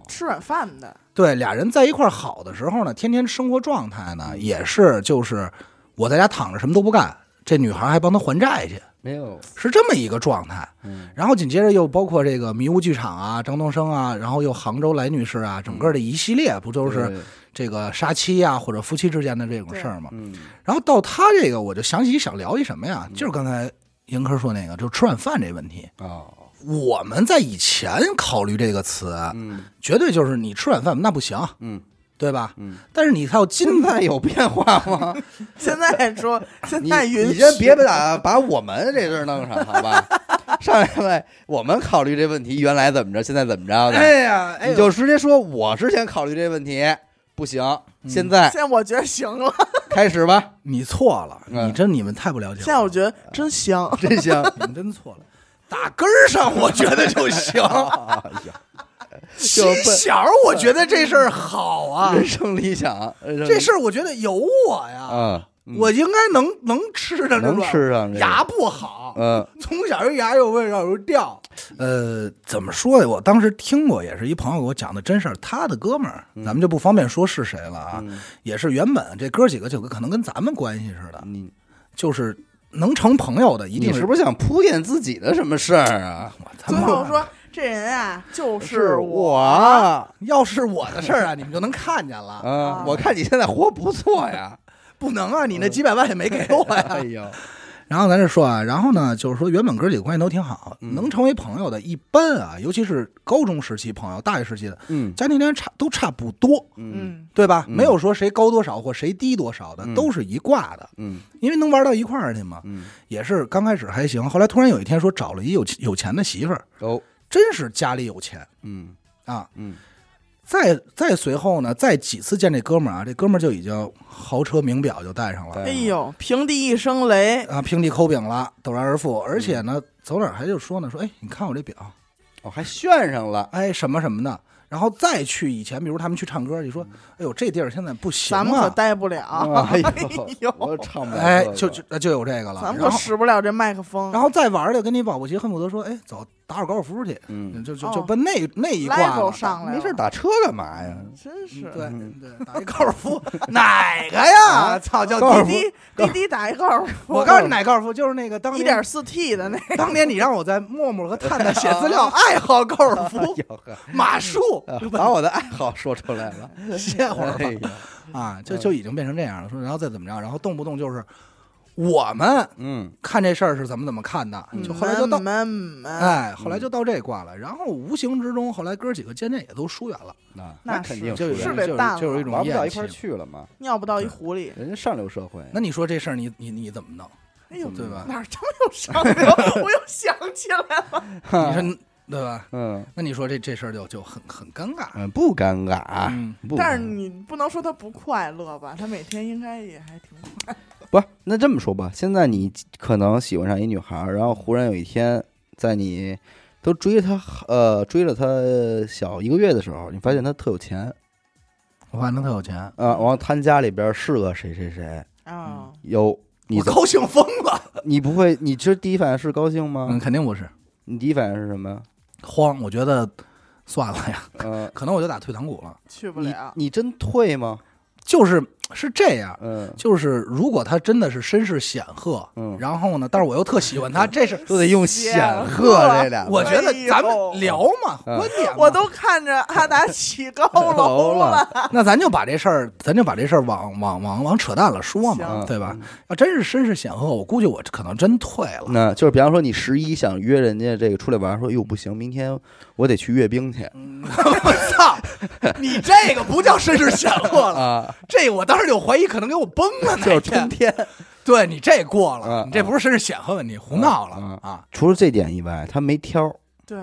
吃软饭的，对，俩人在一块儿好的时候呢，天天生活状态嗯呢也是就是我在家躺着什么都不干，这女孩还帮他还债去，没 有，是这么一个状态。嗯然后紧接着又包括这个迷雾剧场啊、张东升啊，然后又杭州来女士啊，整个的一系列不都是对这个杀妻呀、或者夫妻之间的这种事儿嘛。嗯然后到他这个，我就想起想聊一什么呀，就是刚才严科说那个，就是吃软饭这问题。哦我们在以前考虑这个词，嗯绝对就是你吃软饭那不行，嗯，对吧？嗯，但是你到今现在有变化 吗？现 在说，现你在允许你先 别把把我们这事儿弄上，好吧？ 上来我们考虑这问题，原来怎么着，现在怎么着的？哎呀，哎呦你就直接说，我之前考虑这问题不行，现在 现在我觉得行了，开始吧，你错了，嗯你真你们太不了解我了。现在我觉得真香。真行。 你们真错了，打根儿上我觉得就 行。哎呀心小儿我觉得这事儿好啊，人生理想，这这事儿我觉得有我呀，啊，嗯我应该能能吃上这能软吃上这个牙不好，嗯从小就牙有味道有掉。呃，怎么说呢？我当时听过，也是一朋友给我讲的真事儿。他的哥们儿，咱们就不方便说是谁了啊。嗯也是原本这哥几个就可能跟咱们关系似的，你就是能成朋友的，一定嗯你是不是想铺垫自己的什么事儿啊？我他 最妈后的说这人啊，就是我。我要是我的事儿啊，你 们就能看见了。啊，我看你现在活不错呀。不能啊，你那几百万也没给我 呀。哎呦，然后咱这说啊，然后呢，就是说原本哥几个关系都挺好，嗯能成为朋友的，一般啊，尤其是高中时期朋友、大学时期的，嗯家庭条件差都差不多，嗯嗯，对吧？嗯没有说谁高多少或谁低多少的，嗯都是一挂的，嗯因为能玩到一块儿去嘛。嗯，也是刚开始还行，后来突然有一天说找了一有有钱的媳妇儿，哦，真是家里有钱嗯啊。嗯再再随后呢，再几次见这哥们儿啊，这哥们儿就已经豪车名表就带上了。对哎呦，平地一声雷，啊，平地抠饼了，陡然而富。嗯而且呢，走哪儿还就说呢，说哎，你看我这表，哦，还炫上了。哎，什么什么的。然后再去以前，比如他们去唱歌，就说，哎呦，这地儿现在不行咱们可啊，待不了， 哎呦我唱不了。哎，就就就有这个了。咱们可然后使不了这麦克风。然后再玩儿的，跟你保不齐恨不得说，哎，走打会儿高尔夫去，嗯，就就就哦奔那那一挂 level 了。上来没了，事，打车干嘛呀？真是对嗯啊对，打一高尔夫哪个呀？操，叫高尔夫滴滴。滴滴滴滴打一高尔夫，我告诉你，哪高尔夫就是那个当一年点四 T 的那个，当年你让我在陌陌和探探写资 料，爱好高尔哎夫、哟哎呵，马术，把我的爱好说出来了。歇会儿吧哎呀，啊，就就已经变成这样了。说然后再怎么着，然后动不动就是我们 嗯看这事儿是怎么怎么看的，嗯就后来就到慢慢慢哎，后来就到这挂了。然后无形之中，后来哥几个渐渐也都疏远了，那那肯是定就有是人得就有淡了就有一种玩不到厌一弃块儿。去了嘛。尿不到一壶里。人家上流社会，那你说这事儿你你你怎么弄？哎呦，对吧哪儿这么有上流？我又想起来了，你说对吧？嗯那你说这这事儿就就很很尴尬。嗯，不尴尬啊，嗯不尴尬。但是你不能说他不快乐吧？他每天应该也还挺快不是那这么说吧？现在你可能喜欢上一女孩儿，然后忽然有一天，在你都追她呃追了她小一个月的时候，你发现她特有钱啊、我反正特有钱，然后她家里边儿是个谁谁谁啊。有。你我高兴疯了。你不会，你其实第一反应是高兴吗？嗯，肯定不是你第一反应是什么呀？慌，我觉得算了呀， 嗯、可能我就打退堂鼓了。去不你了。你真退吗？就是是这样，嗯、就是如果他真的是身世显赫，嗯然后呢，但是我又特喜欢 他，这是都得用显赫这俩字儿。我觉得咱们聊嘛，哎嗯观点嘛我都看着阿达起高哦 楼楼了了，那咱就把这事儿，咱就把这事儿往往往往扯淡了说嘛，行对吧？要真是身世显赫，我估计我可能真退了。那就是比方说你十一想约人家这个出来玩儿，说哟不行，明天我得去阅兵去我 操，你这个不叫身世显赫了，啊，这我当时就怀疑可能给我崩 了 就哪是春天。天。对你这过了，嗯你这不是身世显赫问题，胡闹了嗯啊！除了这点以外，他没挑，对，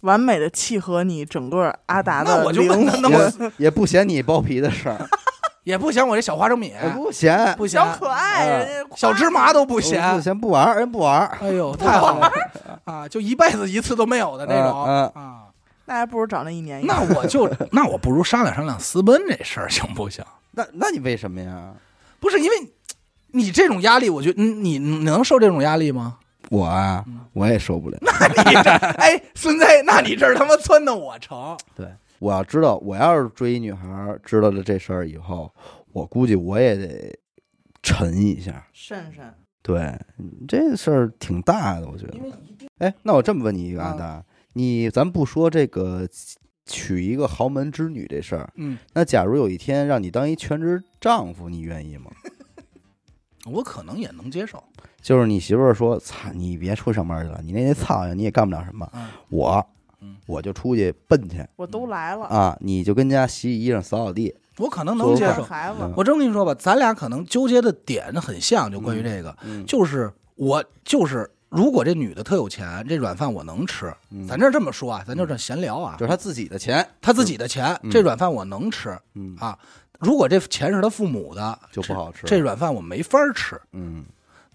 完美的契合你整个阿达 那的我就灵问他魂。能不能也也不嫌你包皮的事 儿，也不嫌我这小花生米，也不嫌哎不嫌 小可爱，嗯人家小芝麻都不不嫌不。嫌不玩儿，人不玩儿。哎呦，太好了啊！就一辈子一次都没有的呃那种嗯啊。那还不如找那一年一 那我就那我不如商量商量私奔这事儿行不行？那那你为什么呀？不是因为你这种压力，我觉得你你能受这种压力吗？ 我啊，我也受不了。嗯那你这哎，孙子，那你这儿他妈撺掇我成？对，我要知道，我要是追一女孩儿，知道了这事儿以后，我估计我也得沉一下。慎慎，对，这事儿挺啊嗯大的，我觉得。哎，那我这么问你一个阿达，你咱不说这个娶一个豪门之女这事儿，嗯，那假如有一天让你当一全职丈夫，你愿意吗？我可能也能接受。就是你媳妇儿说：“操，你别出去上班去了，你那些操呀，你也干不了什么。嗯我嗯，我就出去奔去我都来了，啊！你就跟家洗洗衣裳、扫扫地。我可能做能接饭看受。孩子嗯，我这么跟你说吧，咱俩可能纠结的点很像，就关于这个，嗯就是我就是，如果这女的特有钱，这软饭我能吃。嗯咱这这么说啊，咱就这闲聊啊， 就是他自己的钱，她自己的钱，嗯这软饭我能吃嗯，啊。如果这钱是她父母的，就不好吃。这软饭我没法儿吃，嗯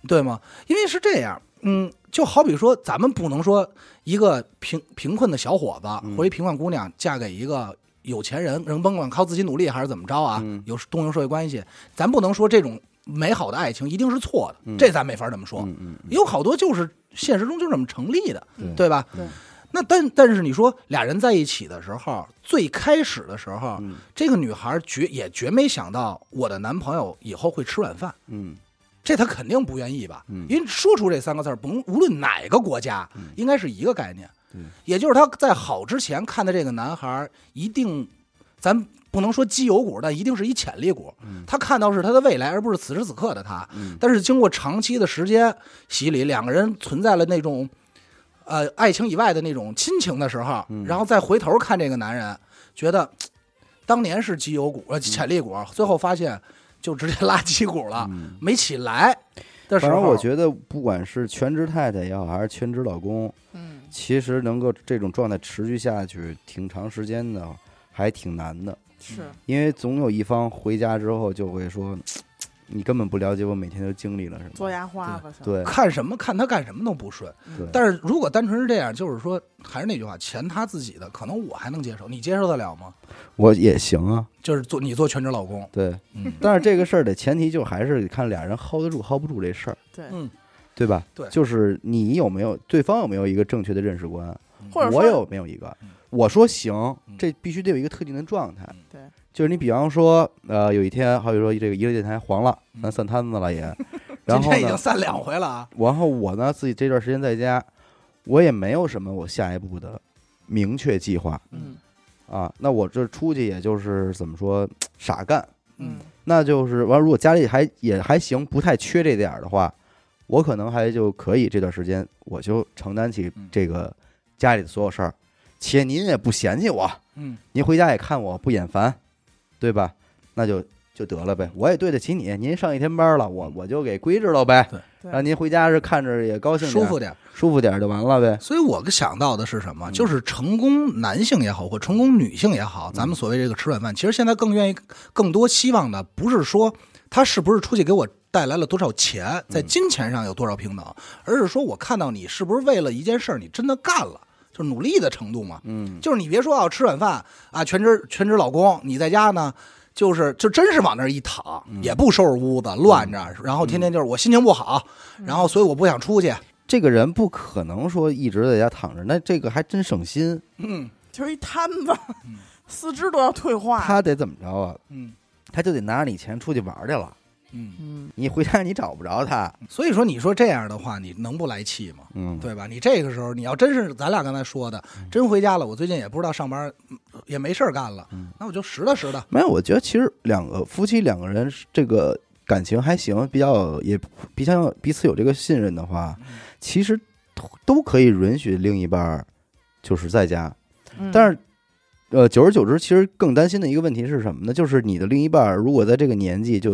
对吗？因为是这样，嗯，就好比说，咱们不能说一个贫贫困的小伙嗯子或一贫困姑娘嫁给一个有钱人，人甭管靠自己努力还是怎么着啊，嗯有动用社会关系，咱不能说这种美好的爱情一定是错的，嗯这咱没法这么说。嗯嗯，有好多就是现实中就这么成立的，嗯对吧？对那但但是你说俩人在一起的时候，最开始的时候，嗯这个女孩绝也绝没想到我的男朋友以后会吃软饭，嗯这她肯定不愿意吧？嗯因为说出这三个字儿，甭无论哪个国家，应该是一个概念。对也就是她在好之前看的这个男孩，一定，咱不能说基友股，但一定是一潜力股。她看到是她的未来，而不是此时此刻的她。嗯但是经过长期的时间洗礼，两个人存在了那种，呃，爱情以外的那种亲情的时候，嗯然后再回头看这个男人，觉得嘖当年是基友股、呃潜力股，最后发现就直接垃圾股了，嗯。没起来的时反候，正我觉得，不管是全职太太也好，还是全职老公，嗯，其实能够这种状态持续下去挺长时间的，还挺难的。是因为总有一方回家之后就会说，你根本不了解我每天都经历了什么。做牙花吧，嗯行，对看什么看他干什么都不顺。对，但是如果单纯是这样，就是说，还是那句话，钱他自己的，可能我还能接受，你接受得了吗？我也行啊，就是做你做全职老公，对。嗯但是这个事儿的前提就还是看俩人 hold 得住 hold 不住这事儿，对，嗯，对吧？对就是你有没有对方有没有一个正确的认识观，或者我说有没有一个嗯？我说行嗯，这必须得有一个特定的状态。对，就是你比方说，呃，有一天，好比说这个娱乐电台黄了，嗯咱散摊子了 也，然今后天已呢经，散两回了啊。然后我呢自己这段时间在家，我也没有什么我下一步的明确计划嗯啊，那我这出去也就是怎么说傻干，嗯，那就是完，如果家里还也还行，不太缺这点儿的话，我可能还就可以这段时间我就承担起嗯这个家里的所有事儿，且您也不嫌弃我，嗯，您回家也看我不厌烦，对吧？那就就得了呗，我也对得起你，您上一天班了，我我就给归置了呗，对让您回家是看着也高兴点舒儿服点儿。舒服点儿就完了呗。所以我想到的是什么？就是成功男性也好，或成功女性也好，咱们所谓这个吃软饭，其实现在更愿意、更多希望的不是说他是不是出去给我带来了多少钱，在金钱上有多少平等，而是说我看到你是不是为了一件事儿你真的干了，就是努力的程度嘛。嗯，就是你别说啊，吃软饭啊，全职全职老公，你在家呢，就是就真是往那儿一躺，也不收拾屋子，乱着，然后天天就是我心情不好，然后所以我不想出去，这个人不可能说一直在家躺着，那这个还真省心，嗯就是一摊子， 四肢都要退化，他得怎么着啊？嗯他就得拿着你钱出去玩儿去了。嗯。嗯，你回家你找不着他，所以说，你说这样的话，你能不来气吗？嗯，对吧？你这个时候，你要真是咱俩刚才说的，真回家了，我最近也不知道上班，嗯也没事儿干了，那我就拾掇拾掇。没有，我觉得其实两个夫妻两个人是这个感情还行，比较也比较彼此有这个信任的话，嗯其实都都可以允许另一半儿就是在家，嗯但是。呃，久而久之，其实更担心的一个问题是什么呢？就是你的另一半儿如果在这个年纪就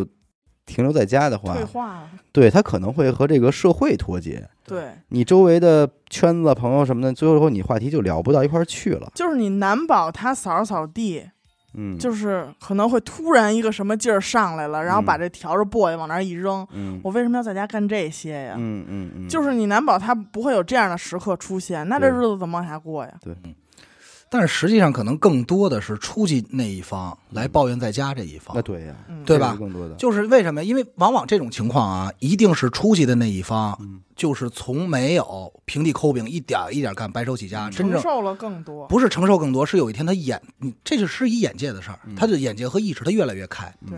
停留在家的话退，化了，对他可能会和这个社会脱节，对，你周围的圈子、朋友什么的，最后你话题就聊不到一块儿去了。就是你难保他扫着扫地，嗯，就是可能会突然一个什么劲儿上来了，然后嗯把这笤帚簸箕往那儿一扔，嗯我为什么要在家干这些呀？嗯嗯嗯，就是你难保他不会有这样的时刻出现，那这对日子怎么往下过呀？但是实际上，可能更多的是出去那一方来抱怨在家这一方那，对呀，嗯，嗯啊对这吧是更多的，就是为什么？因为往往这种情况啊，一定是出去的那一方，就是从没有平地抠饼，一点儿一点儿干，白手起家，真承正受了更多，不是承受更多，是有一天他眼，你这就是一眼界的事儿，他的眼界和意识他越来越开。对，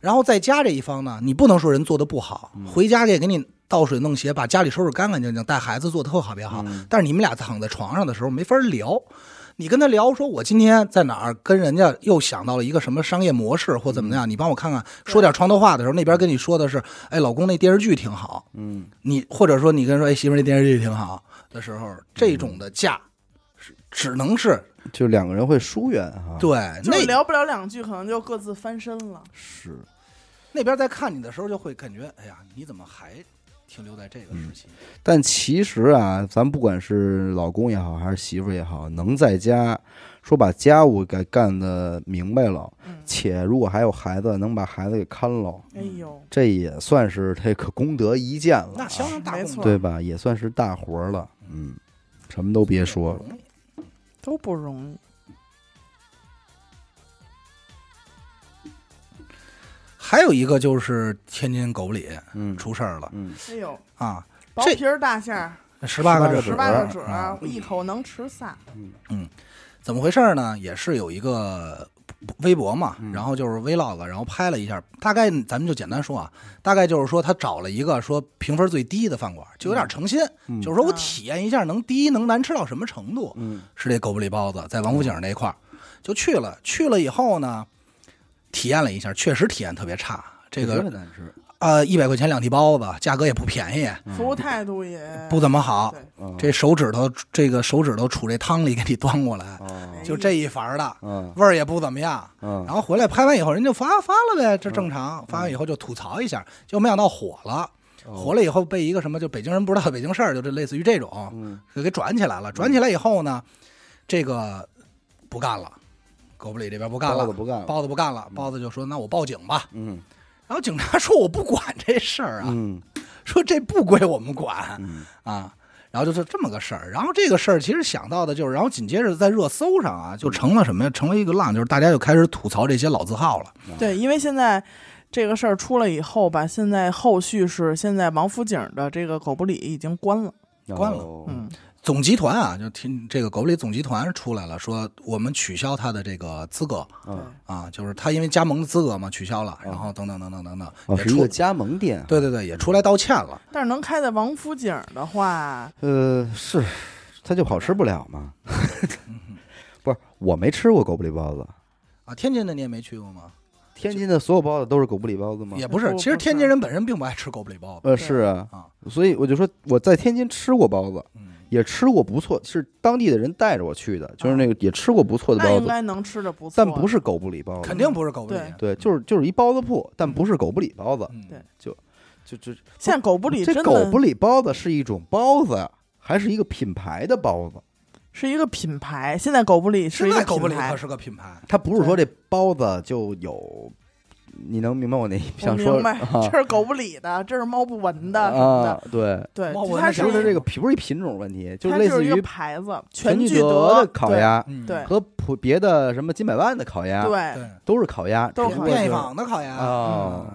然后在家这一方呢，你不能说人做的不好，回家也给你倒水弄嗯鞋，把家里收拾干干净净，带孩子做的特好别好。但是你们俩躺在床上的时候没法聊，你跟他聊说，我今天在哪儿跟人家又想到了一个什么商业模式或怎么样，你帮我看看，说点创头话的时候，那边跟你说的是，哎，老公那电视剧挺好，嗯，你或者说你跟人说，哎，媳妇儿那电视剧挺好的时候，这种的架是只能是就两个人会疏远哈。，对就那聊不了两句，可能就各自翻身了。是，那边在看你的时候就会感觉，哎呀，你怎么还停留在这个时期？但其实啊，咱不管是老公也好，还是媳妇儿也好，能在家说把家务给干的明白了，嗯，且如果还有孩子，能把孩子给看了，哎呦，这也算是这个功德一件了那啊，相当大没功错德，对吧？也算是大活儿了，嗯，什么都别说了。都不容易。还有一个就是天津狗不理嗯出事儿了嗯，哎呦，啊，薄这皮儿大馅儿，十八个个人褶十儿八个褶儿啊，一口能吃仨。怎么回事儿呢？也是有一个微博嘛，嗯然后就是 vlog，然后拍了一下，大概咱们就简单说啊，大概就是说他找了一个说评分最低的饭馆，就有点诚心，嗯就是说我啊体验一下能低能难吃到什么程度，嗯是这狗不理包子，在王府嗯井那一块儿就去了，去了以后呢，体验了一下，确实体验特别差。嗯这特别个难吃，呃，一百块钱两屉包子，价格也不便宜，服务态度也不怎么好。对，嗯这手指头，这个手指头杵这汤里给你端过来，哦就哎这一盘儿的，嗯味儿也不怎么样。嗯然后回来拍完以后，人就发发了呗，这正常。发完以后就吐槽一下，就没想到火了。哦火了以后被一个什么就北京人不知道的北京事儿，就这类似于这种，嗯就给转起来了。转起来以后呢，这个不干了，狗不理这边不干包了子，不干了，包子不干了，包子就说那我报警吧。嗯然后警察说我不管这事儿啊，嗯说这不归我们管嗯啊。然后就是这么个事儿，然后这个事儿其实想到的就是，然后紧接着在热搜上啊，嗯就成了什么呀？成了一个浪，就是大家就开始吐槽这些老字号了。对，因为现在这个事儿出了以后吧，现在后续是现在王府井的这个狗不理已经关了，关了哦嗯，总集团啊，就听这个狗不理总集团出来了，说我们取消他的这个资格嗯啊，就是他因为加盟的资格嘛取消了，然后等等等等等等，哦，也是一出个加盟店，对对对，也出来道歉了。但是能开在王府井的话，呃，是，它就好吃不了嘛。 不是，我没吃过狗不理包子。啊，天津的你也没去过吗？天津的所有包子都是狗不理包子吗？也不是，不其实不是天津人本身并不爱吃狗不理包子。呃，是啊，啊所以我就说我在天津吃过包子，嗯，也吃过不错，是当地的人带着我去的，就是那个也吃过不错的那包应子，该能吃的不错。啊但不是狗不理包子肯。定不是狗不理。对嗯对，就是就是一包子铺，但不是狗不理包子，嗯对就就现在狗不理真这的狗不理包子是一种包子，还是一个品牌的包子？是一个品牌，现在狗不理是现一在个狗不品理牌可。是个品牌，它不是说这包子就有，你能明白我那我想说明白，啊这是狗不理的，这是猫不闻的什么的。啊？对，对猫，闻它的是就就是一这个品不是品种问题，就它类就似是一个于牌子，全聚德的德烤，鸭嗯，对和普别的什么金百万的烤鸭，对对对，都是烤鸭，都只是不烤过鸭便宜是坊的烤鸭啊，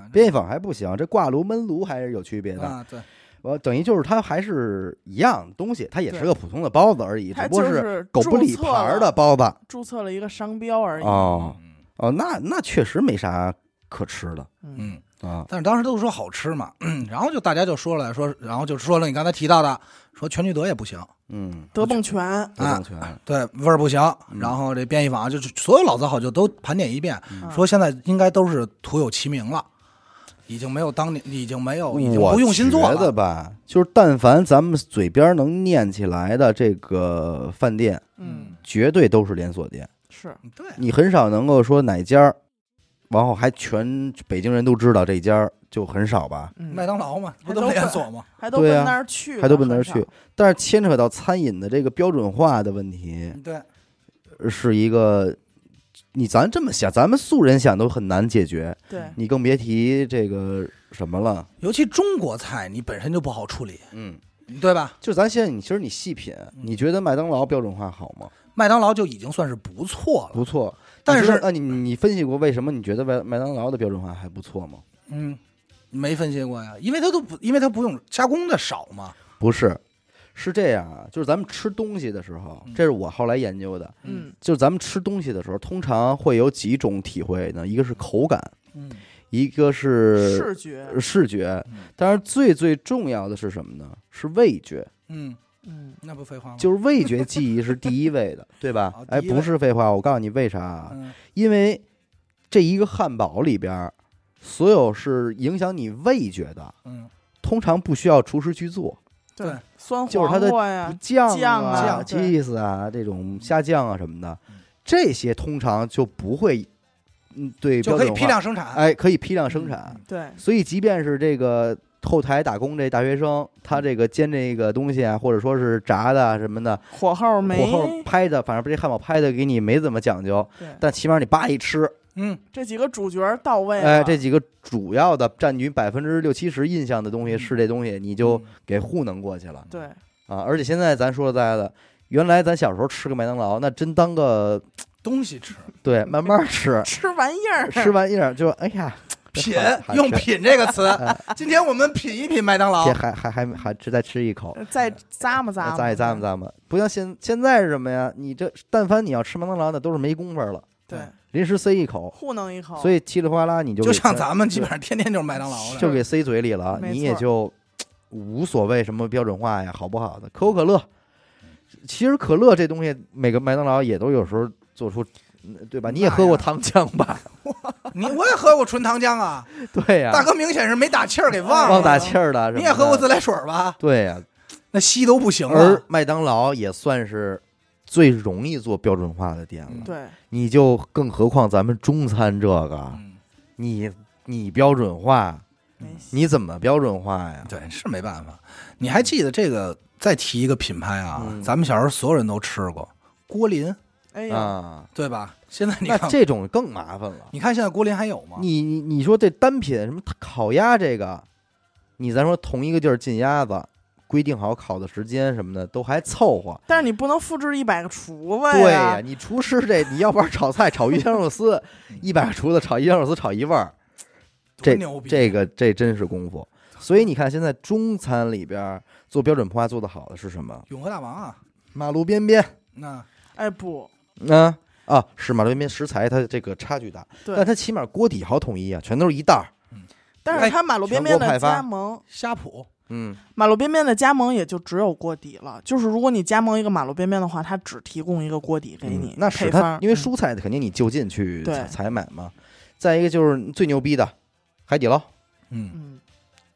嗯便宜坊还不行，这挂炉焖炉还是有区别的。嗯啊，对，我等于就是它还是一样东西，它也是对个普通的包子而已，只它不过就是是狗不理注牌册儿的了包子。注册了一个商标而已。哦嗯哦，那那确实没啥可吃的嗯，嗯，啊。但是当时都说好吃嘛，嗯然后就大家就说了，说，然后就说了你刚才提到的，说全聚德也不行，嗯，德蹦泉，德啊政权，对，味儿不行，然后这便宜坊啊就是所有老字号就都盘点一遍，嗯说现在应该都是徒有其名了，已经没有当年，已经没有，哦已经我不用心做觉得了。吧，就是但凡咱们嘴边能念起来的这个饭店，嗯，绝对都是连锁店。是对，你很少能够说哪家儿，然后还全北京人都知道这家儿，就很少吧。嗯麦当劳嘛，不都连锁吗？还都对奔啊那儿去了，还都奔那儿很少去，但是牵扯到餐饮的这个标准化的问题，对，是一个你咱这么想，咱们素人想都很难解决，对，你更别提这个什么了。尤其中国菜你本身就不好处理，嗯，对吧？就咱现在，你其实你细品，嗯你觉得麦当劳标准化好吗？麦当劳就已经算是不错了，不错，呃但你觉得是啊，你你分析过为什么你觉得麦麦当劳的标准化还不错吗？嗯，没分析过呀，因为它都不，因为它不用加工的少嘛，不是，是这样啊，就是咱们吃东西的时候，嗯这是我后来研究的，嗯就是咱们吃东西的时候，通常会有几种体会呢？一个是口感，嗯，一个是嗯视觉，视觉嗯，当然最最重要的是什么呢？是味觉。嗯，嗯那不废话吗？就是味觉记忆是第一 位的，对吧好？哎，第一位不是废话，我告诉你为啥，啊嗯因为这一个汉堡里边儿，所有是影响你味觉的，嗯，通常不需要厨师去做，对，酸就是它黄的瓜呀，酱酱啊、啊对 cheese 啊这种虾酱啊什么的嗯，这些通常就不会，嗯，对，就可标以准化批量生产，哎，可以批量生产嗯。。对，所以，即便是这个后台打工这大学生，他这个煎这个东西啊，或者说是炸的啊什么的，火候没火候拍的，反正这汉堡拍的给你没怎么讲究，对，但起码你叭一吃，嗯，这几个主角到位了，哎，这几个主要的占据百分之六七十印象的东西是这东西，你嗯就给糊弄过去了对，啊！而且现在咱说实在的，原来咱小时候吃个麦当劳，那真当个东西吃，对，慢慢吃 吃玩意儿，吃玩意儿就哎呀， 品还还用“品”这个 词哎。今天我们品一品麦当劳这，还还还还只再吃一口，呃再咂摸咂摸，咂一咂摸咂摸，不像现现在是什么呀？你这但凡你要吃麦当劳，那都是没工夫了，对，临时塞一口，糊弄一口，嗯所以稀里哗啦你就就给像塞咱们基本上天天就是麦当劳了。就给塞嘴里了，没你也错就无所谓什么标准化呀，好不好的？可口可乐，其实可乐这东西，每个麦当劳也都有时候做出，嗯对吧？你也喝过糖浆吧？ 你我也喝过纯糖浆啊，对呀、大哥明显是没打气儿给忘了。忘打气儿了。你也喝过自来？来水吧？对呀、那稀都不行而了。麦当劳也算是最容易做标准化的店了，嗯对你就更何况咱们中餐这个，嗯，你你标准化，没你怎么标准化呀？对，是没办法。你还记得这个？再提一个品牌啊，嗯咱们小时候所有人都吃过郭林，哎呀，啊，对吧？现在你那看，这种更麻烦了。你看现在郭林还有吗？你你你说这单品什么烤鸭这个，你咱说同一个地儿进鸭子，规定好烤的时间什么的都还凑合。但是你不能复制一百个厨子对呀、，你厨师这你要不然炒菜炒鱼香肉丝，一百个厨子炒鱼香肉丝炒一味儿，多这牛逼！这个这真是功夫。所以你看，现在中餐里边儿做标准化做得好的是什么？永和大王啊，马路边边，那哎不，啊啊，是马路边边食材它这个差距大，对但它起码锅底好统一啊，全都是一袋儿。但哎是他马路边边全国派的发加盟，虾脯嗯，马路边边的加盟也就只有锅底了，就是如果你加盟一个马路边边的话，它只提供一个锅底给你嗯，那配是方他儿，，因为嗯蔬菜肯定你就近去对采采买嘛。再一个就是最牛逼的海底捞，嗯，嗯，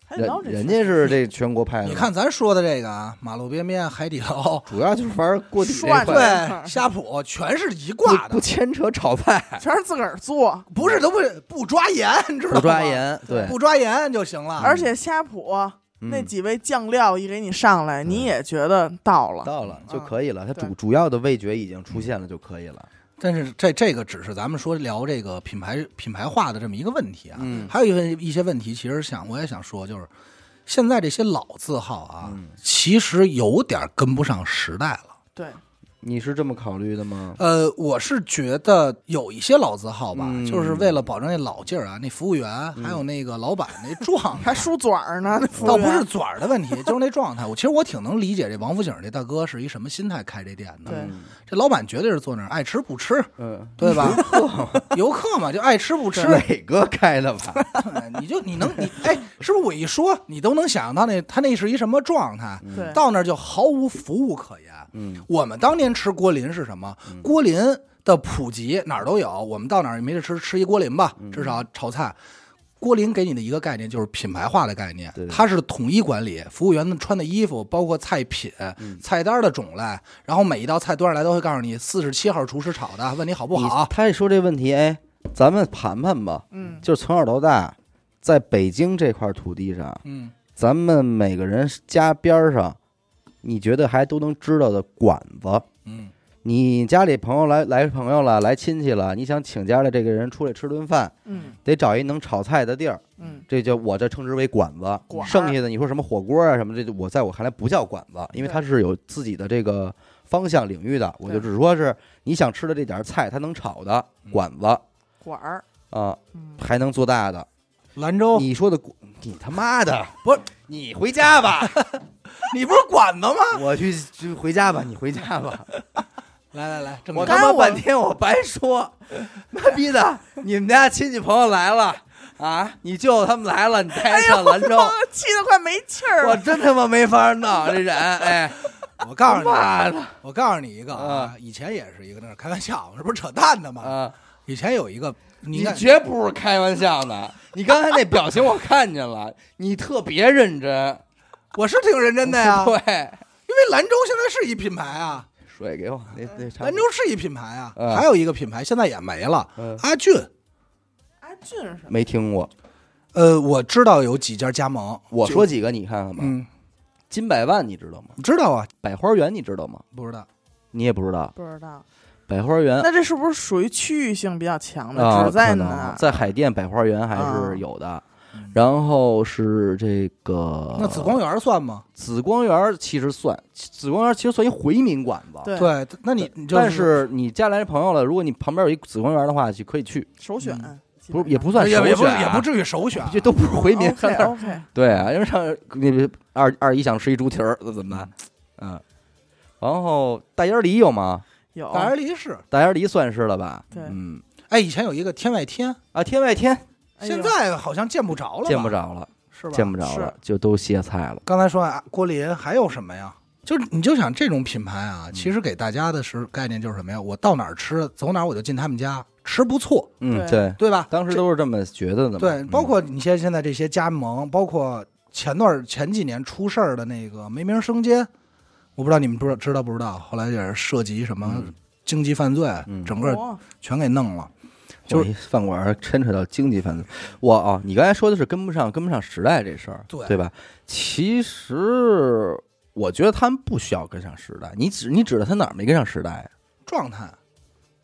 还得人捞这人事家是这全国派的，你看咱说的这个啊，马路边边、海底捞，主要就是玩锅底这涮块，对，虾脯全是一挂不的不，牵扯炒菜， 全是自个儿做，不是都不不抓盐，你知道不吗？抓，盐，对，不抓盐就行了。而且虾脯嗯那几味酱料一给你上来，你也觉得到了，到了就可以了。它对主主要的味觉已经出现了就可以了。但是这这个只是咱们说聊这个品牌品牌化的这么一个问题啊，嗯还有一问一些问题，其实想我也想说，就是现在这些老字号啊，嗯其实有点跟不上时代了。对，你是这么考虑的吗？呃，我是觉得有一些老字号吧，嗯就是为了保证那老劲儿啊，那服务员还有那个老板那状态嗯还，梳嘴儿嗯呢，那服务倒不员是嘴儿的问题， 就是那状态。我其实我挺能理解这王府井这大哥是一什么心态开这店的。对这老板绝对是坐那儿爱吃不 吃，嗯，对吧？游客嘛，就爱吃不吃是。磊哥开的 吧？哎 你就你能你哎，是不是我一说你都能想到那他那是一什么状态？嗯对到那儿就毫无服务可言。嗯，我们当年吃锅林是什么？锅林的普及哪儿都有，我们到哪儿也没得吃，吃一锅林吧，至少炒菜。锅林给你的一个概念就是品牌化的概念对，它是统一管理，服务员们穿的衣服，包括菜品、菜单的种类，然后每一道菜端上来都会告诉你四十七号厨师炒的，问你好不好你。他一说这问题，哎，咱们盘盘吧。嗯，就是从小到大，在北京这块土地上，嗯，咱们每个人家边儿上，你觉得还都能知道的馆子，嗯，你家里朋友来来朋友了，来亲戚了，你想请家里这个人出来吃顿饭，嗯得找一能炒菜的地儿，嗯，这就我这称之为馆子。馆儿剩下的你说什么火锅啊什么的，这就我在我看来不叫馆子，因为它是有自己的这个方向领域的。我就只说是你想吃的这点儿菜，它能炒的嗯馆子啊、管儿，嗯，还能做大的。兰州，你说的馆，你他妈 的不是你回家吧，你不是管子吗？ 我去就回家吧，你回家吧。来来来，正我经他刚妈才我半天我白说， 妈逼的，你们家亲戚朋友来了啊，你舅他们来了，你 带他上兰州，哎气得快没气儿我了，真他妈没法弄这人，哎，我告诉你，妈的我告诉你一个啊，以前也是一个那是开玩笑，我这不是扯淡呢吗？啊！以前有一个，你你看绝不是开玩笑的，你刚才那表情我看见了， 你特别认真。我是挺认真的呀，因 对，为兰州现在是一品牌啊，水给我那哎那茶兰州是一品牌啊，嗯还有一个品牌现在也没了嗯，阿俊。阿俊是什么？没听过。呃，我知道有几家加盟，我就说几个你看看吧，嗯，金百万你知道吗？知道啊，百花园你知道吗？不知道，你也不知道，不知道。百花园那这是不是属于区域性比较强嗯的？啊，只在可能那在海淀百花园还啊是有的嗯。然后是这个，那紫光园算吗？紫光园儿其实算紫光园儿其实算一回民馆子，对对，那你你就但是你家来朋友了，如果你旁边有一紫光园儿的话，就可以去，首选嗯，基不本是也不上算也首也不选啊、也不至于首选啊，这都不是回民。 OK OK， 对啊，因为上那个二二姨想吃一猪蹄儿，那怎么办？嗯，然后大烟梨有吗？有啊大而离是。大烟梨算是了吧？对嗯哎，以前有一个天外天，啊，天外天哎呦现在好像见不着了吧，见不着了，是吧？见不着了，就都歇菜了。刚才说啊，郭林还有什么呀？就是你就想这种品牌啊，嗯其实给大家的是概念就是什么呀？我到哪儿吃，走哪儿我就进他们家，吃不错，嗯，对对，对吧？当时这都是这么觉得的嘛。对，嗯包括你现现在这些加盟，包括前段儿前几年出事儿的那个没名生煎，我不知道你们知道知道不知道？后来也是涉及什么嗯经济犯罪，嗯整个哇全给弄了。就就是是饭馆儿牵扯到经济犯罪。我啊，你刚才说的是跟不上跟不上时代这事儿，对对吧？其实我觉得他们不需要跟上时代，你指你指的他哪儿没跟上时代啊？状态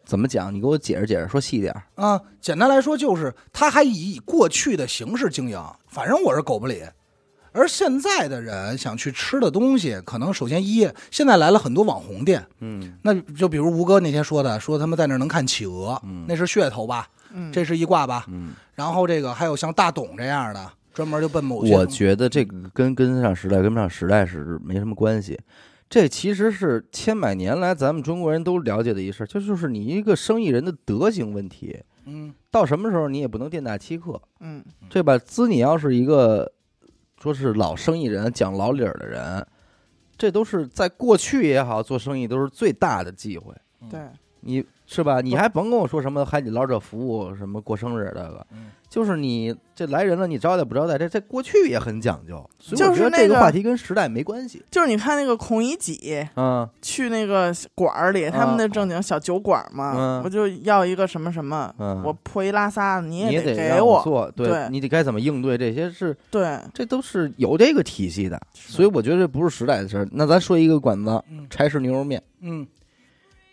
怎么讲？你给我解释解释，说细点儿。啊，简单来说就是，他还以过去的形式经营，反正我是狗不理。而现在的人想去吃的东西，可能首先一，现在来了很多网红店，嗯那就比如吴哥那天说的，说他们在那儿能看企鹅，嗯那是噱头吧，嗯，这是一挂吧，嗯，然后这个还有像大董这样的，专门就奔某些我觉得这个跟跟得上时代跟不上时代是没什么关系。这其实是千百年来咱们中国人都了解的一事儿，这就是你一个生意人的德行问题。嗯，到什么时候你也不能店大欺客，嗯对吧？资你要是一个说是老生意人、讲老理儿的人，这都是在过去也好，做生意都是最大的忌讳。对，你是吧？你还甭跟我说什么海底捞这服务，什么过生日这个，嗯就是你这来人了，你招待不招待，这在过去也很讲究。所以就我是觉得那这个个话题跟时代没关系。就是你看那个孔乙己嗯去那个馆儿里，他们那正经小酒馆嘛啊嗯，我就要一个什么什么，嗯，我破一拉撒，你你也得给让我我，做，对对你得该怎么应对这些是，对，这都是有这个体系的。所以我觉得这不是时代的事儿。那咱说一个馆子，嗯柴氏牛肉面。嗯，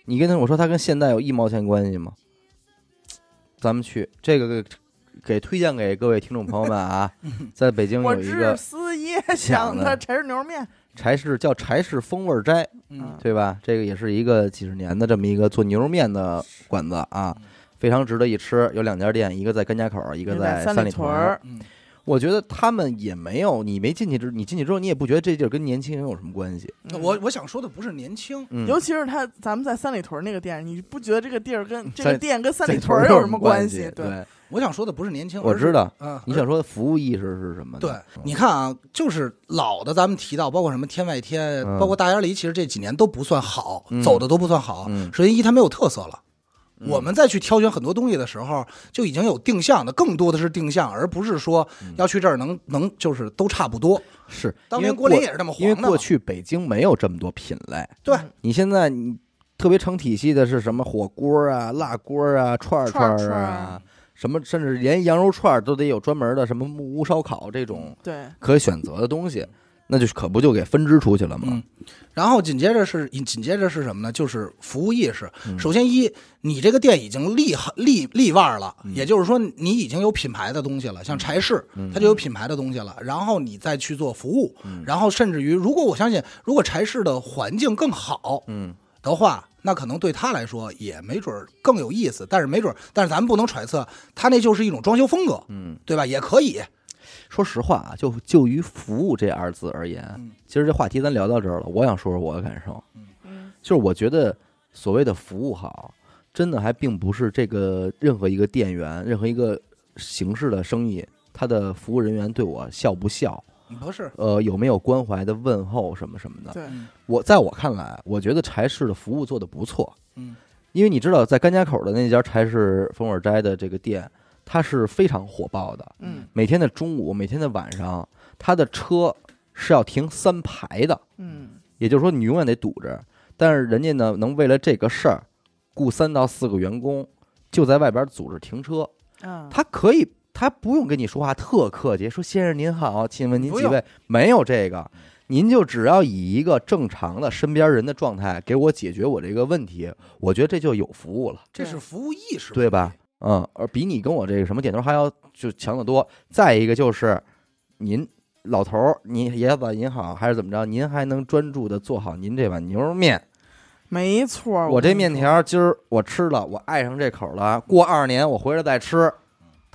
你跟他我说他跟现代有一毛钱关系吗？咱们去这个给给推荐给各位听众朋友们啊，在北京我有一日个思夜想想的的柴氏牛肉面，柴氏叫柴氏风味斋，嗯对吧？这个也是一个几十年的这么一个做牛肉面的馆子啊，非常值得一吃。有两家店，一个在甘家口，一个在三里屯。屯儿，嗯，我觉得他们也没有你没进去之，你进去之后你也不觉得这地儿跟年轻人有什么关系。那嗯我我想说的不是年轻，嗯，尤其是他，咱们在三里屯那个店，你不觉得这个地儿跟这个三店跟 三这里屯儿屯有有什么关系？对，对，我想说的不是年轻，我而是知道。嗯，你想说的服务意识是什么呢？对嗯，你看啊，就是老的咱们提到，包括什么天外天，嗯包括大烟梨，其实这几年都不算好，嗯走的都不算好。嗯首先一它没有特色嗯了。我们再去挑选很多东西的时候，就已经有定向的，更多的是定向，而不是说要去这儿能能就是都差不多。是嗯当因为年郭林过也是这么黄因的为嘛。过去北京没有这么多品类，对嗯你现在你特别成体系的是什么火锅啊、辣锅啊、串儿串儿儿串儿啊啊，什么甚至连羊肉串儿都得有专门的什么木屋烧烤这种对，可以选择的东西，那就可不就给分支出去了吗？嗯然后紧接着是紧接着是什么呢？就是服务意识。嗯首先一，你这个店已经立立立腕儿了，嗯也就是说你已经有品牌的东西了，像柴氏，它就有品牌的东西了。然后你再去做服务，嗯然后甚至于，如果我相信，如果柴氏的环境更好嗯，的话，那可能对他来说也没准儿更有意思。但是没准儿，但是咱们不能揣测，他那就是一种装修风格，嗯，对吧？也可以，说实话啊，就就于服务这二字而言，嗯其实这话题咱聊到这儿了，我想说说我的感受，嗯就是我觉得所谓的服务好，真的还并不是这个任何一个店员、任何一个形式的生意，他的服务人员对我笑不笑，不是，呃，有没有关怀的问候什么什么的。对，嗯我在我看来，我觉得柴市的服务做得不错，嗯因为你知道，在甘家口的那家柴市风味斋的这个店，它是非常火爆的。嗯每天的中午，每天的晚上，它的车是要停三排的，嗯也就是说你永远得堵着。但是人家呢，能为了这个事儿，雇三到四个员工，就在外边组织停车。嗯啊，他可以，他不用跟你说话，特客气，说先生您好，请问您不几用嗯位？没有这个，您就只要以一个正常的身边人的状态给我解决我这个问题，我觉得这就有服务了，这对是服务意识，对吧？？嗯，而比你跟我这个什么点头哈腰就强得多。再一个就是，您老头儿，您爷子您好，还是怎么着？您还能专注的做好您这碗牛肉面。没错儿，我这跟你面条今儿我吃了，我爱上这口了。过二年我回来再吃，嗯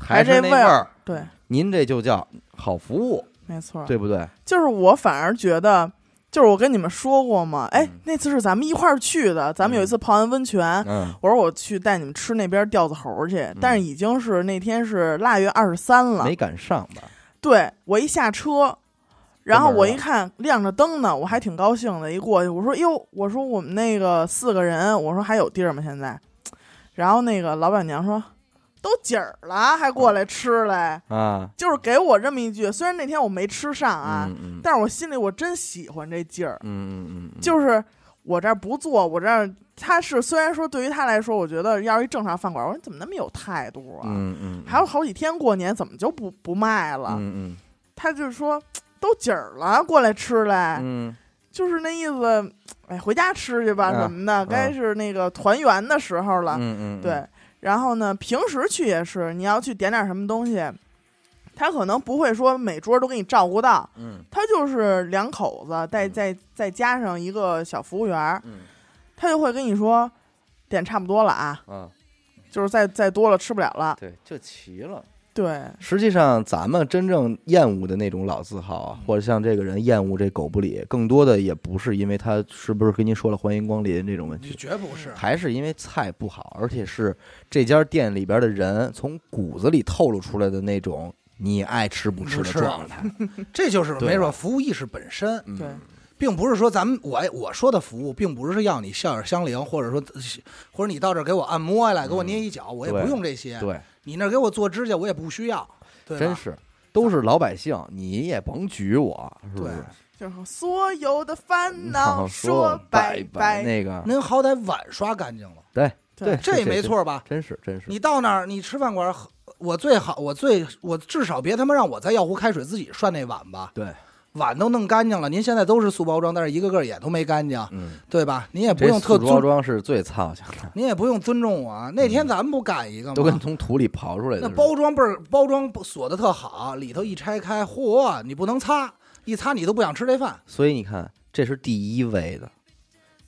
还还是这那味儿儿。说对，您这就叫好服务，没错儿，对不对？就是我反而觉得。就是我跟你们说过嘛，哎嗯，那次是咱们一块儿去的，咱们有一次泡完温泉，嗯我说我去带你们吃那边吊子猴儿去，但是已经是那天是腊月二十三了没，赶上吧？对我一下车，然关后门我了一看亮着灯呢，我还挺高兴的。一过去，我说哟，我说我们那个四个人，我说还有地儿吗？现在，然后那个老板娘说，都几儿了还嗯过来吃来，啊就是给我这么一句。虽然那天我没吃上啊，嗯嗯但是我心里我真喜欢这劲儿，嗯嗯嗯，就是。我这儿不做，我这儿他是虽然说对于他来说，我觉得要是一正常饭馆，我说你怎么那么有态度啊？嗯嗯，还有好几天过年，怎么就不不卖了？嗯他就是说都几儿了，过来吃来，嗯就是那意思，哎，回家吃去吧啊什么的，该是那个团圆的时候了，嗯嗯，对。然后呢，平时去也是，你要去点点什么东西，他可能不会说每桌都给你照顾到，嗯他就是两口子，再再再加上一个小服务员儿，嗯他就会跟你说，点差不多了啊，啊，就是再再多了吃不了了，对，就齐了。对，实际上，咱们真正厌恶的那种老字号啊，或者像这个人厌恶这狗不理，更多的也不是因为他是不是跟您说了欢迎光临这种问你题，绝不是，还是因为菜不好，而且是这家店里边的人从骨子里透露出来的那种你爱吃不吃不的吃状 态。这就是对没吧准服务意识本身，嗯对，并不是说咱们我我说的服务，并不是要你笑耳相迎，或者说或者你到这儿给我按摩来，给我捏一脚，我也嗯对不用这些。对，你那儿给我做指甲，我也不需要，对吧真是都是老百姓，你也甭举我，是不对是？就是所有的烦嗯好恼说拜拜那个，您好歹碗刷干净了， 对对这这没，错吧？真是真是，你到那儿，你吃饭馆儿，我最好，我最我至少别他妈让我再要壶开水自己涮那碗吧，对，碗都弄干净了。您现在都是塑包装，但是一个个也都没干净，嗯，对吧？您也不这用特塑包尊，装是最操心 的，您也不用尊重我啊。那天咱们不赶一个都跟吗？从土里刨出来的那似的。包装倍儿包装锁的特好，里头一拆开，嚯，你不能擦，一擦你都不想吃这饭。所以你看，这是第一位的。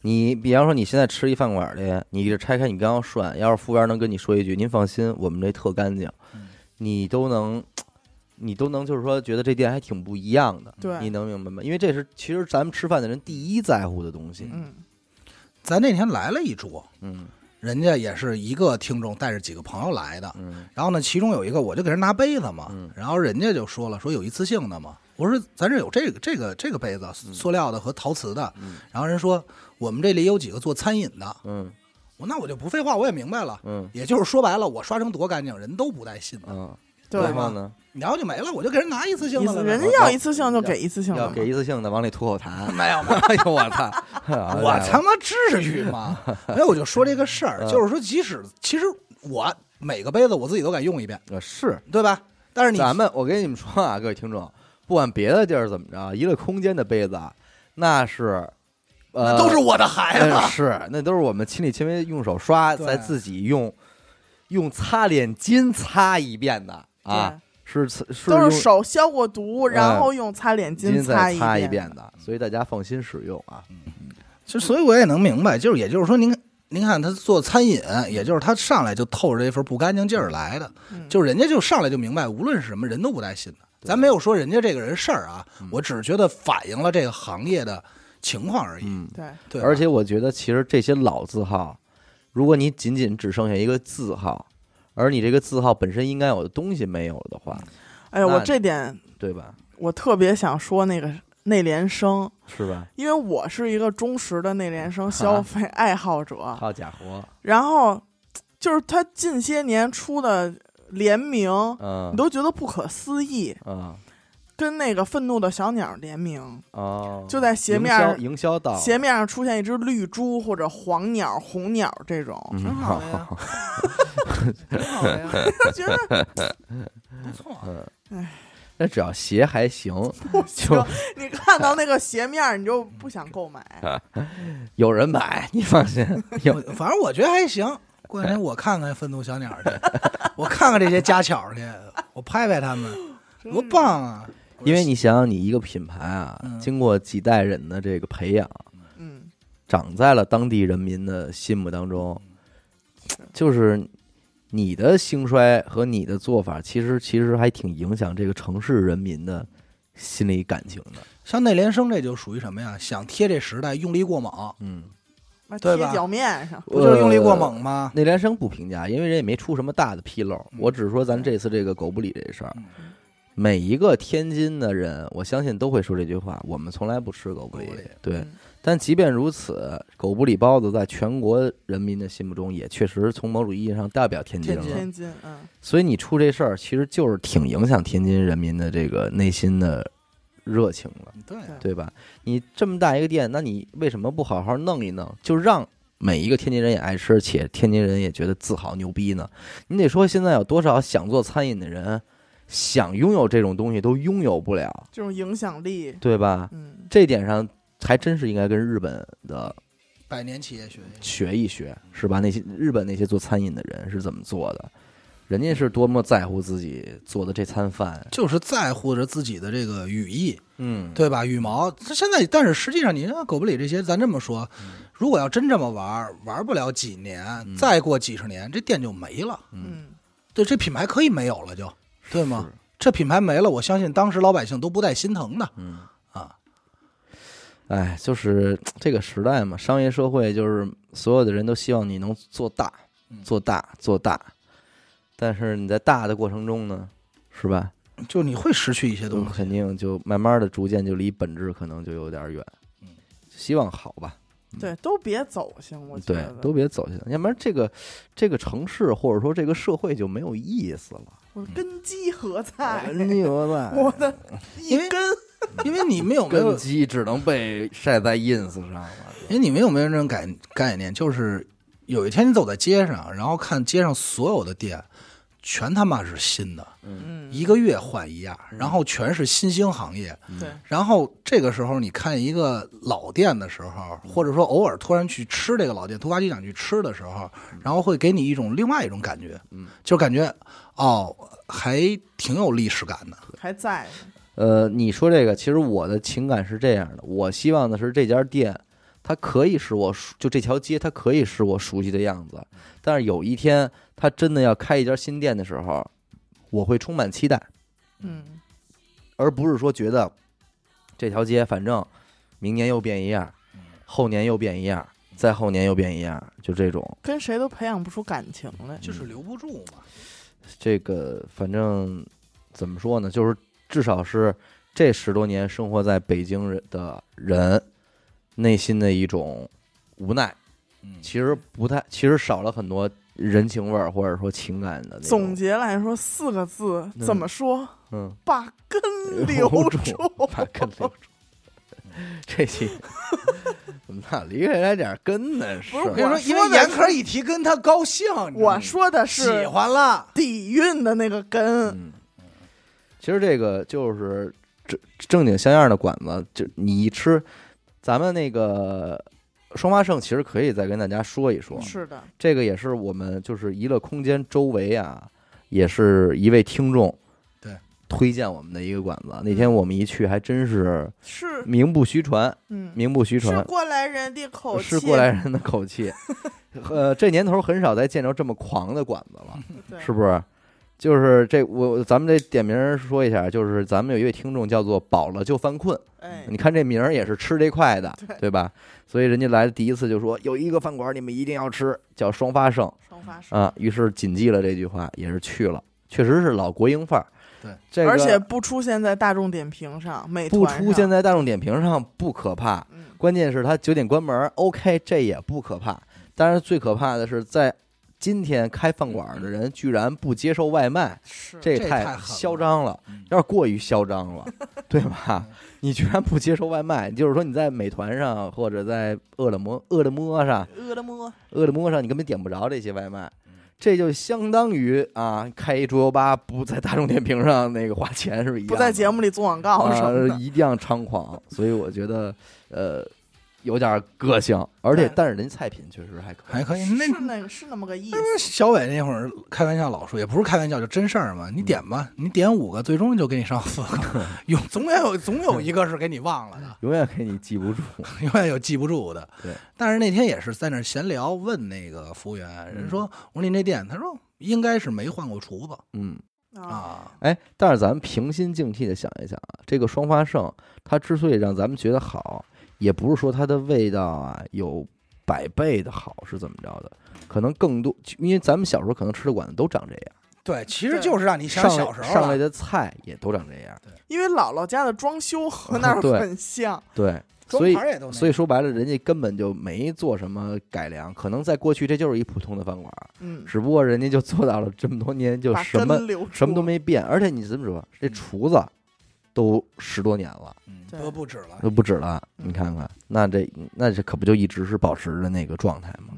你比方说，你现在吃一饭馆去，你这拆开，你刚要涮，要是服务员能跟你说一句“您放心，我们这特干净”，嗯你都能，你都能就是说觉得这店还挺不一样的。对你能明白吗？因为这是其实咱们吃饭的人第一在乎的东西。嗯咱那天来了一桌，嗯人家也是一个听众带着几个朋友来的，嗯然后呢，其中有一个我就给人拿杯子嘛，嗯然后人家就说了，说有一次性的嘛，我说咱这有这个这个这个杯子，塑料的和陶瓷的，嗯然后人说我们这里有几个做餐饮的，嗯我那我就不废话，我也明白了，嗯也就是说白了，我刷成多干净，人都不带信的，嗯，对然后呢？然后就没了，我就给人拿一次性一的次了，人家要一次性就给一次性要的嘛，给一次性的往里吐口痰。没有。 哎呦我操！哎我我他！妈至于 吗？没有，我就说这个事嗯儿，就是说，即使其实我每个杯子我自己都敢用一遍，呃是，对吧？但是你咱们我跟你们说啊，各位听众，不管别的地儿怎么着，娱乐空间的杯子啊，那是，呃，那都是我的孩子，啊那是那都是我们亲力亲为用手刷，对再自己用用擦脸巾擦一遍的对啊，是是都用是手消过毒，哎然后用擦脸巾巾再擦一遍。的，所以大家放心使用啊。 其实，所以我也能明白，就是也就是说您，您看他做餐饮，也就是他上来就透着这份不干净劲儿来的，嗯就是人家就上来就明白，无论是什么人都不带信的。咱没有说人家这个人事儿啊，嗯我只是觉得反映了这个行业的情况而已。嗯，对，对吧，而且我觉得，其实这些老字号，如果你仅仅只剩下一个字号，而你这个字号本身应该有的东西没有的话，哎那呀，我这点对吧？我特别想说那个内联升，是吧？因为我是一个忠实的内联升消费爱好者。好家伙，然后就是他近些年出的联名，嗯你都觉得不可思议，嗯跟那个愤怒的小鸟联名，哦，就在鞋营面销儿营销到鞋面上出现一只绿猪或者黄鸟、红鸟这种，嗯挺好的 呀好，挺好的呀，觉得不错啊。那只要鞋还行， 不行。你看到那个鞋面儿，你就不想购买。嗯有人买，你放 心。有反正我觉得还行。哎过两天我看看愤怒小鸟去，我看看这些家巧去，我拍拍他们，多棒啊！因为你想想，你一个品牌啊嗯，经过几代人的这个培养，嗯，长在了当地人民的心目当中，就是你的兴衰和你的做法，其实其实还挺影响这个城市人民的心理感情的。像内联升这就属于什么呀？想贴这时代，用力过猛，嗯，那贴对吧脚面上，呃不就是用力过猛吗？内联升不评价，因为人也没出什么大的纰漏。我只是说咱这次这个狗不理这事儿嗯，每一个天津的人，我相信都会说这句话：我们从来不吃狗不理狗不理。对嗯，但即便如此，狗不理包子在全国人民的心目中，也确实从某种意义上代表天津天津了。天津，嗯，所以你出这事儿，其实就是挺影响天津人民的这个内心的热情了。对啊，对吧？你这么大一个店，那你为什么不好好弄一弄，就让每一个天津人也爱吃，且天津人也觉得自豪牛逼呢？你得说现在有多少想做餐饮的人，想拥有这种东西都拥有不了，这种影响力，对吧？嗯，这点上还真是应该跟日本的百年企业学院学一学，是吧？那些日本那些做餐饮的人是怎么做的？人家是多么在乎自己做的这餐饭，就是在乎着自己的这个羽翼，嗯，对吧？羽毛，它现在但是实际上，你像狗不理这些，咱这么说，嗯如果要真这么玩儿，玩不了几年，再过几十年，这店就没了。嗯，对，这品牌可以没有了就，对吗？这品牌没了，我相信当时老百姓都不带心疼的。嗯啊，哎，就是这个时代嘛，商业社会就是所有的人都希望你能做大嗯，做大，做大。但是你在大的过程中呢，是吧？嗯就你会失去一些东西。肯定就慢慢的、逐渐就离本质可能就有点远嗯。希望好吧，对，都别走心，我觉嗯对得，都别走下去，要不然这个这个城市或者说这个社会就没有意思了。哎我根基何在？你吧，我的一因为根， 因为你们有没有根？基只能被晒在 ins 上了。因为你们有没有这种概概念？就是有一天你走在街上，然后看街上所有的店，全他妈是新的，嗯，一个月换一样，然后全是新兴行业。嗯对，然后这个时候你看一个老店的时候，或者说偶尔突然去吃这个老店，突发奇想去吃的时候，然后会给你一种另外一种感觉，嗯，就感觉哦，还挺有历史感的。还在，呃，你说这个，其实我的情感是这样的，我希望的是这家店，它可以是我熟，就这条街，它可以是我熟悉的样子。但是有一天，它真的要开一家新店的时候，我会充满期待，嗯，而不是说觉得这条街反正明年又变一样，后年又变一样，再后年又变一样，就这种。跟谁都培养不出感情来，就是留不住嘛，这个反正怎么说呢，就是至少是这十多年生活在北京人的人内心的一种无奈，嗯其实不太，其实少了很多人情味儿或者说情感的那总种。结来说，四个字怎么说？嗯，把根留住住。，把根留住。 这期 怎么哪离开来点根呢？是不是我跟你我说，因为说的严是科一提跟他高兴，你知道吗 我说的喜是欢了，底蕴的那个根，嗯，其实这个就是正正经像样的馆子，就你一吃，咱们那个双花盛其实可以再跟大家说一说，嗯是的，这个也是我们就是娱乐空间周围啊，也是一位听众对推荐我们的一个馆子。那天我们一去，还真是是名不虚传，嗯，名不虚是传，过来人的口气，是过来人的口气。呃，这年头很少再见着这么狂的馆子了。对是不是？就是这我咱们这点名儿说一下，就是咱们有一位听众叫做饱了就犯困，哎，你看这名儿也是吃这块的，对对吧？所以人家来第一次就说有一个饭馆你们一定要吃，叫双发盛啊双发手，啊，于是谨记了这句话，也是去了，确实是老国营范儿。对，这个而且不出现在大众点评上，美不团出现在在大众点评上不可怕，嗯关键是它九点关门，OK，这也不可怕。但是最可怕的是，在今天开饭馆的人居然不接受外卖，是这这太太狠了嚣张了，嗯有点过于嚣张了，对吧？你居然不接受外卖，就是说你在美团上或者在饿了么、饿了么上、饿了么饿了么上，你根本点不着这些外卖。这就相当于啊，开一桌游吧，不在大众点评上那个花钱是不是一样的？不在节目里做广呃告什么啊，的，一样猖狂，所以我觉得呃有点个性，而且对但是人家菜品确实还可还以。可哎以。那是那个是那么个意思。那小伟那会儿开玩笑老说，也不是开玩笑，就真事儿嘛。你点吧，你点五个，最终就给你上四 个，有总得有总有一个是给你忘了 的，永远给你记不住，永远有记不住的。对，但是那天也是在那儿闲聊，问那个服务员，人说我说你这店，他说应该是没换过厨子嗯，啊，啊。哎，但是咱们平心静气的想一想啊，这个双花盛它之所以让咱们觉得好，也不是说它的味道啊有百倍的好是怎么着的，可能更多，因为咱们小时候可能吃的馆子都长这样，对，其实对就是让你想上小来时上候来了。的菜也都长这样，因为姥姥家的装修和那 儿对很像，对，装所以盘也都那所以样说白了，人家根本就没做什么改良，可能在过去这就是一普通的饭馆儿，嗯，只不过人家就做到了这么多年就把什根么留住什么都没变，而且你这么说，这嗯厨子都十多年了，嗯对都不止了。都不止了，嗯你看看，那这那这可不就一直是保持着那个状态吗？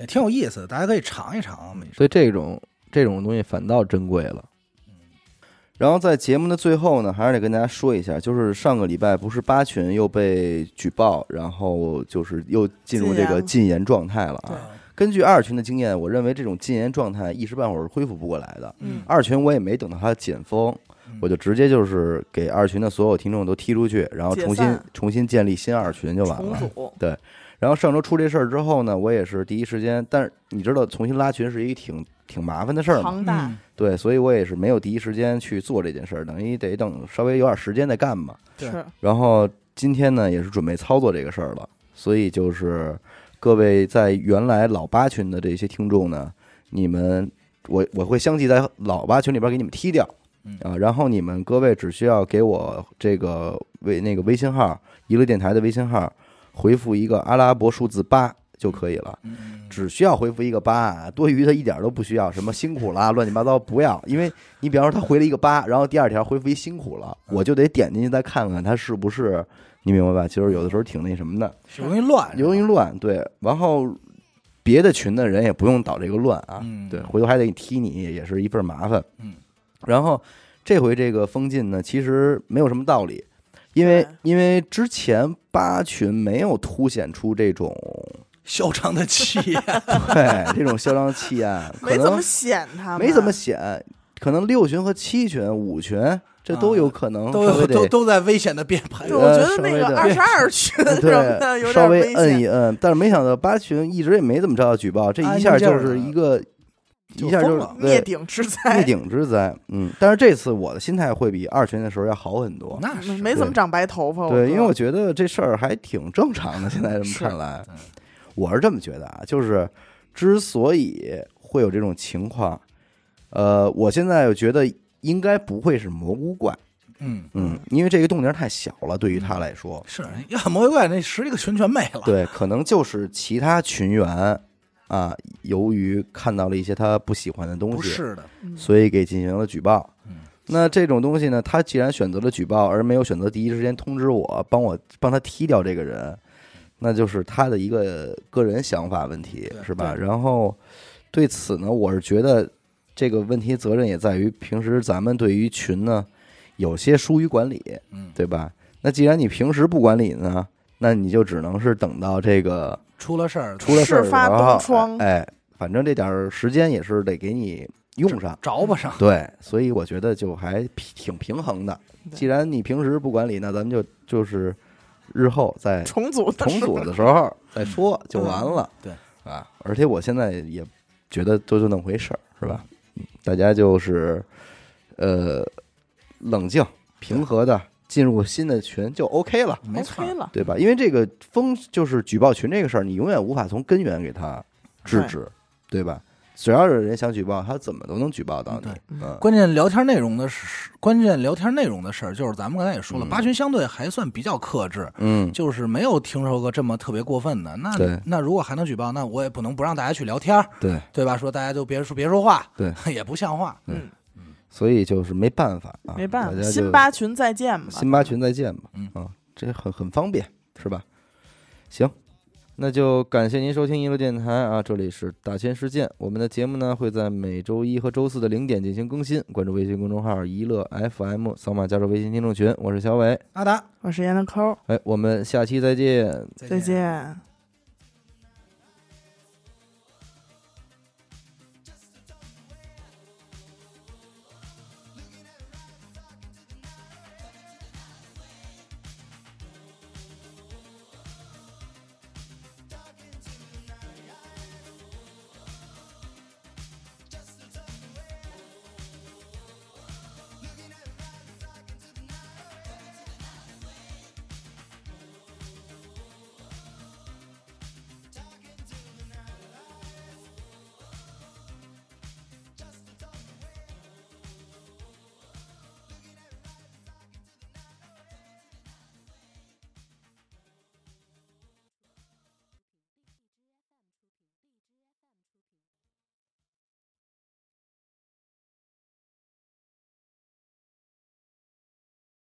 也挺有意思的，大家可以尝一尝美食。所以这种这种东西反倒珍贵了。然后在节目的最后呢，还是得跟大家说一下，就是上个礼拜不是八群又被举报，然后就是又进入这个禁言状态了对啊。根据二群的经验，我认为这种禁言状态一时半会儿是恢复不过来的。嗯二群我也没等到它解封，嗯我就直接就是给二群的所有听众都踢出去，然后重新解散重新建立新二群就完重了。组，然后上周出这事儿之后呢，我也是第一时间，但是你知道重新拉群是一个挺挺麻烦的事儿嘛，庞大，对，所以我也是没有第一时间去做这件事儿，等于得等稍微有点时间再干吧。对是然后今天呢，也是准备操作这个事儿了，所以就是各位在原来老八群的这些听众呢，你们我我会相继在老八群里边给你们踢掉嗯。啊，然后你们各位只需要给我这个微那个微信号，娱乐电台的微信号，回复一个阿拉伯数字八就可以了。嗯只需要回复一个八啊，多余的一点都不需要，什么辛苦啦、乱七八糟不要，因为你比方说他回了一个八，然后第二条回复一辛苦了，嗯我就得点进去再看看他是不是，你明白吧？其实有的时候挺那什么的，容易乱，由于乱，对，然后别的群的人也不用捣这个乱啊，嗯对，回头还得踢你，也是一份麻烦，嗯，然后这回这个封禁呢，其实没有什么道理。因为对因为之前八群没有凸显出这种嚣张的气焰， 对哎这种嚣张气焰，啊可没怎能么显啊他们，没怎么显，可能六旬和七旬、五旬这都有可啊能，都稍微有得 都都在危险的变盘对，。我觉得呃稍微那个的二十 二群什么的有对，稍点微危摁险，一摁，但是没想到八群一直也没怎么着举报，这啊一下一下就儿是一个就一下疯就了对灭顶之灾，灭顶之灾，嗯，但是这次我的心态会比二群的时候要好很多，那是 没怎么长白头发，对，因觉为得我觉得这事儿还挺正常的，现在这么是看来嗯，我是这么觉得啊，就是之所以会有这种情况，呃，我现在觉得应该不会是蘑菇怪。嗯嗯，因为这个动静儿太小了，对于他来说，是要魔鬼怪那十几个群全没了。对，可能就是其他群员啊，由于看到了一些他不喜欢的东不西，是的，嗯所以给进行了举报嗯。那这种东西呢，他既然选择了举报，而没有选择第一时间通知我，帮我帮他踢掉这个人，那就是他的一个个人想法问题对，是吧？对然后对此呢，我是觉得这个问题责任也在于平时咱们对于群呢有些疏于管理，嗯，对吧？那既然你平时不管理呢，那你就只能是等到这个出了事儿出了事儿事发然后东窗哎，哎反正这点儿时间也是得给你用上。着吧上，对，所以我觉得就还平挺平衡的。对既然你平时不管理，那咱们就就是日后 再重组的重时候组的时候再说就完了。对啊，而且我现在也觉得就就那么回事儿，是吧？嗯大家就是呃冷静平和的进入新的群就 OK 了。没错 OK 了，对吧？因为这个封就是举报群这个事儿，你永远无法从根源给它制止，对吧？只要有人想举报，他怎么都能举报到你对。嗯，关键聊天内容的事，关键聊天内容的事儿，就是咱们刚才也说了，嗯八群相对还算比较克制，嗯，就是没有听说过这么特别过分的。那对那如果还能举报，那我也不能不让大家去聊天儿，对，对吧？说大家就别说别说话，对， 也不像话。嗯所以就是没办法啊，没办大法，家就辛巴群再见吧。辛巴群再见吧，嗯啊，这很很方便，是吧？行，那就感谢您收听一路电台啊，这里是大千世界，我们的节目呢会在每周一和周四的零点进行更新，关注微信公众号“一乐 FM”，扫码加入微信听众群，我是小伟，阿达，我是闫德抠，哎，我们下期再见。再见。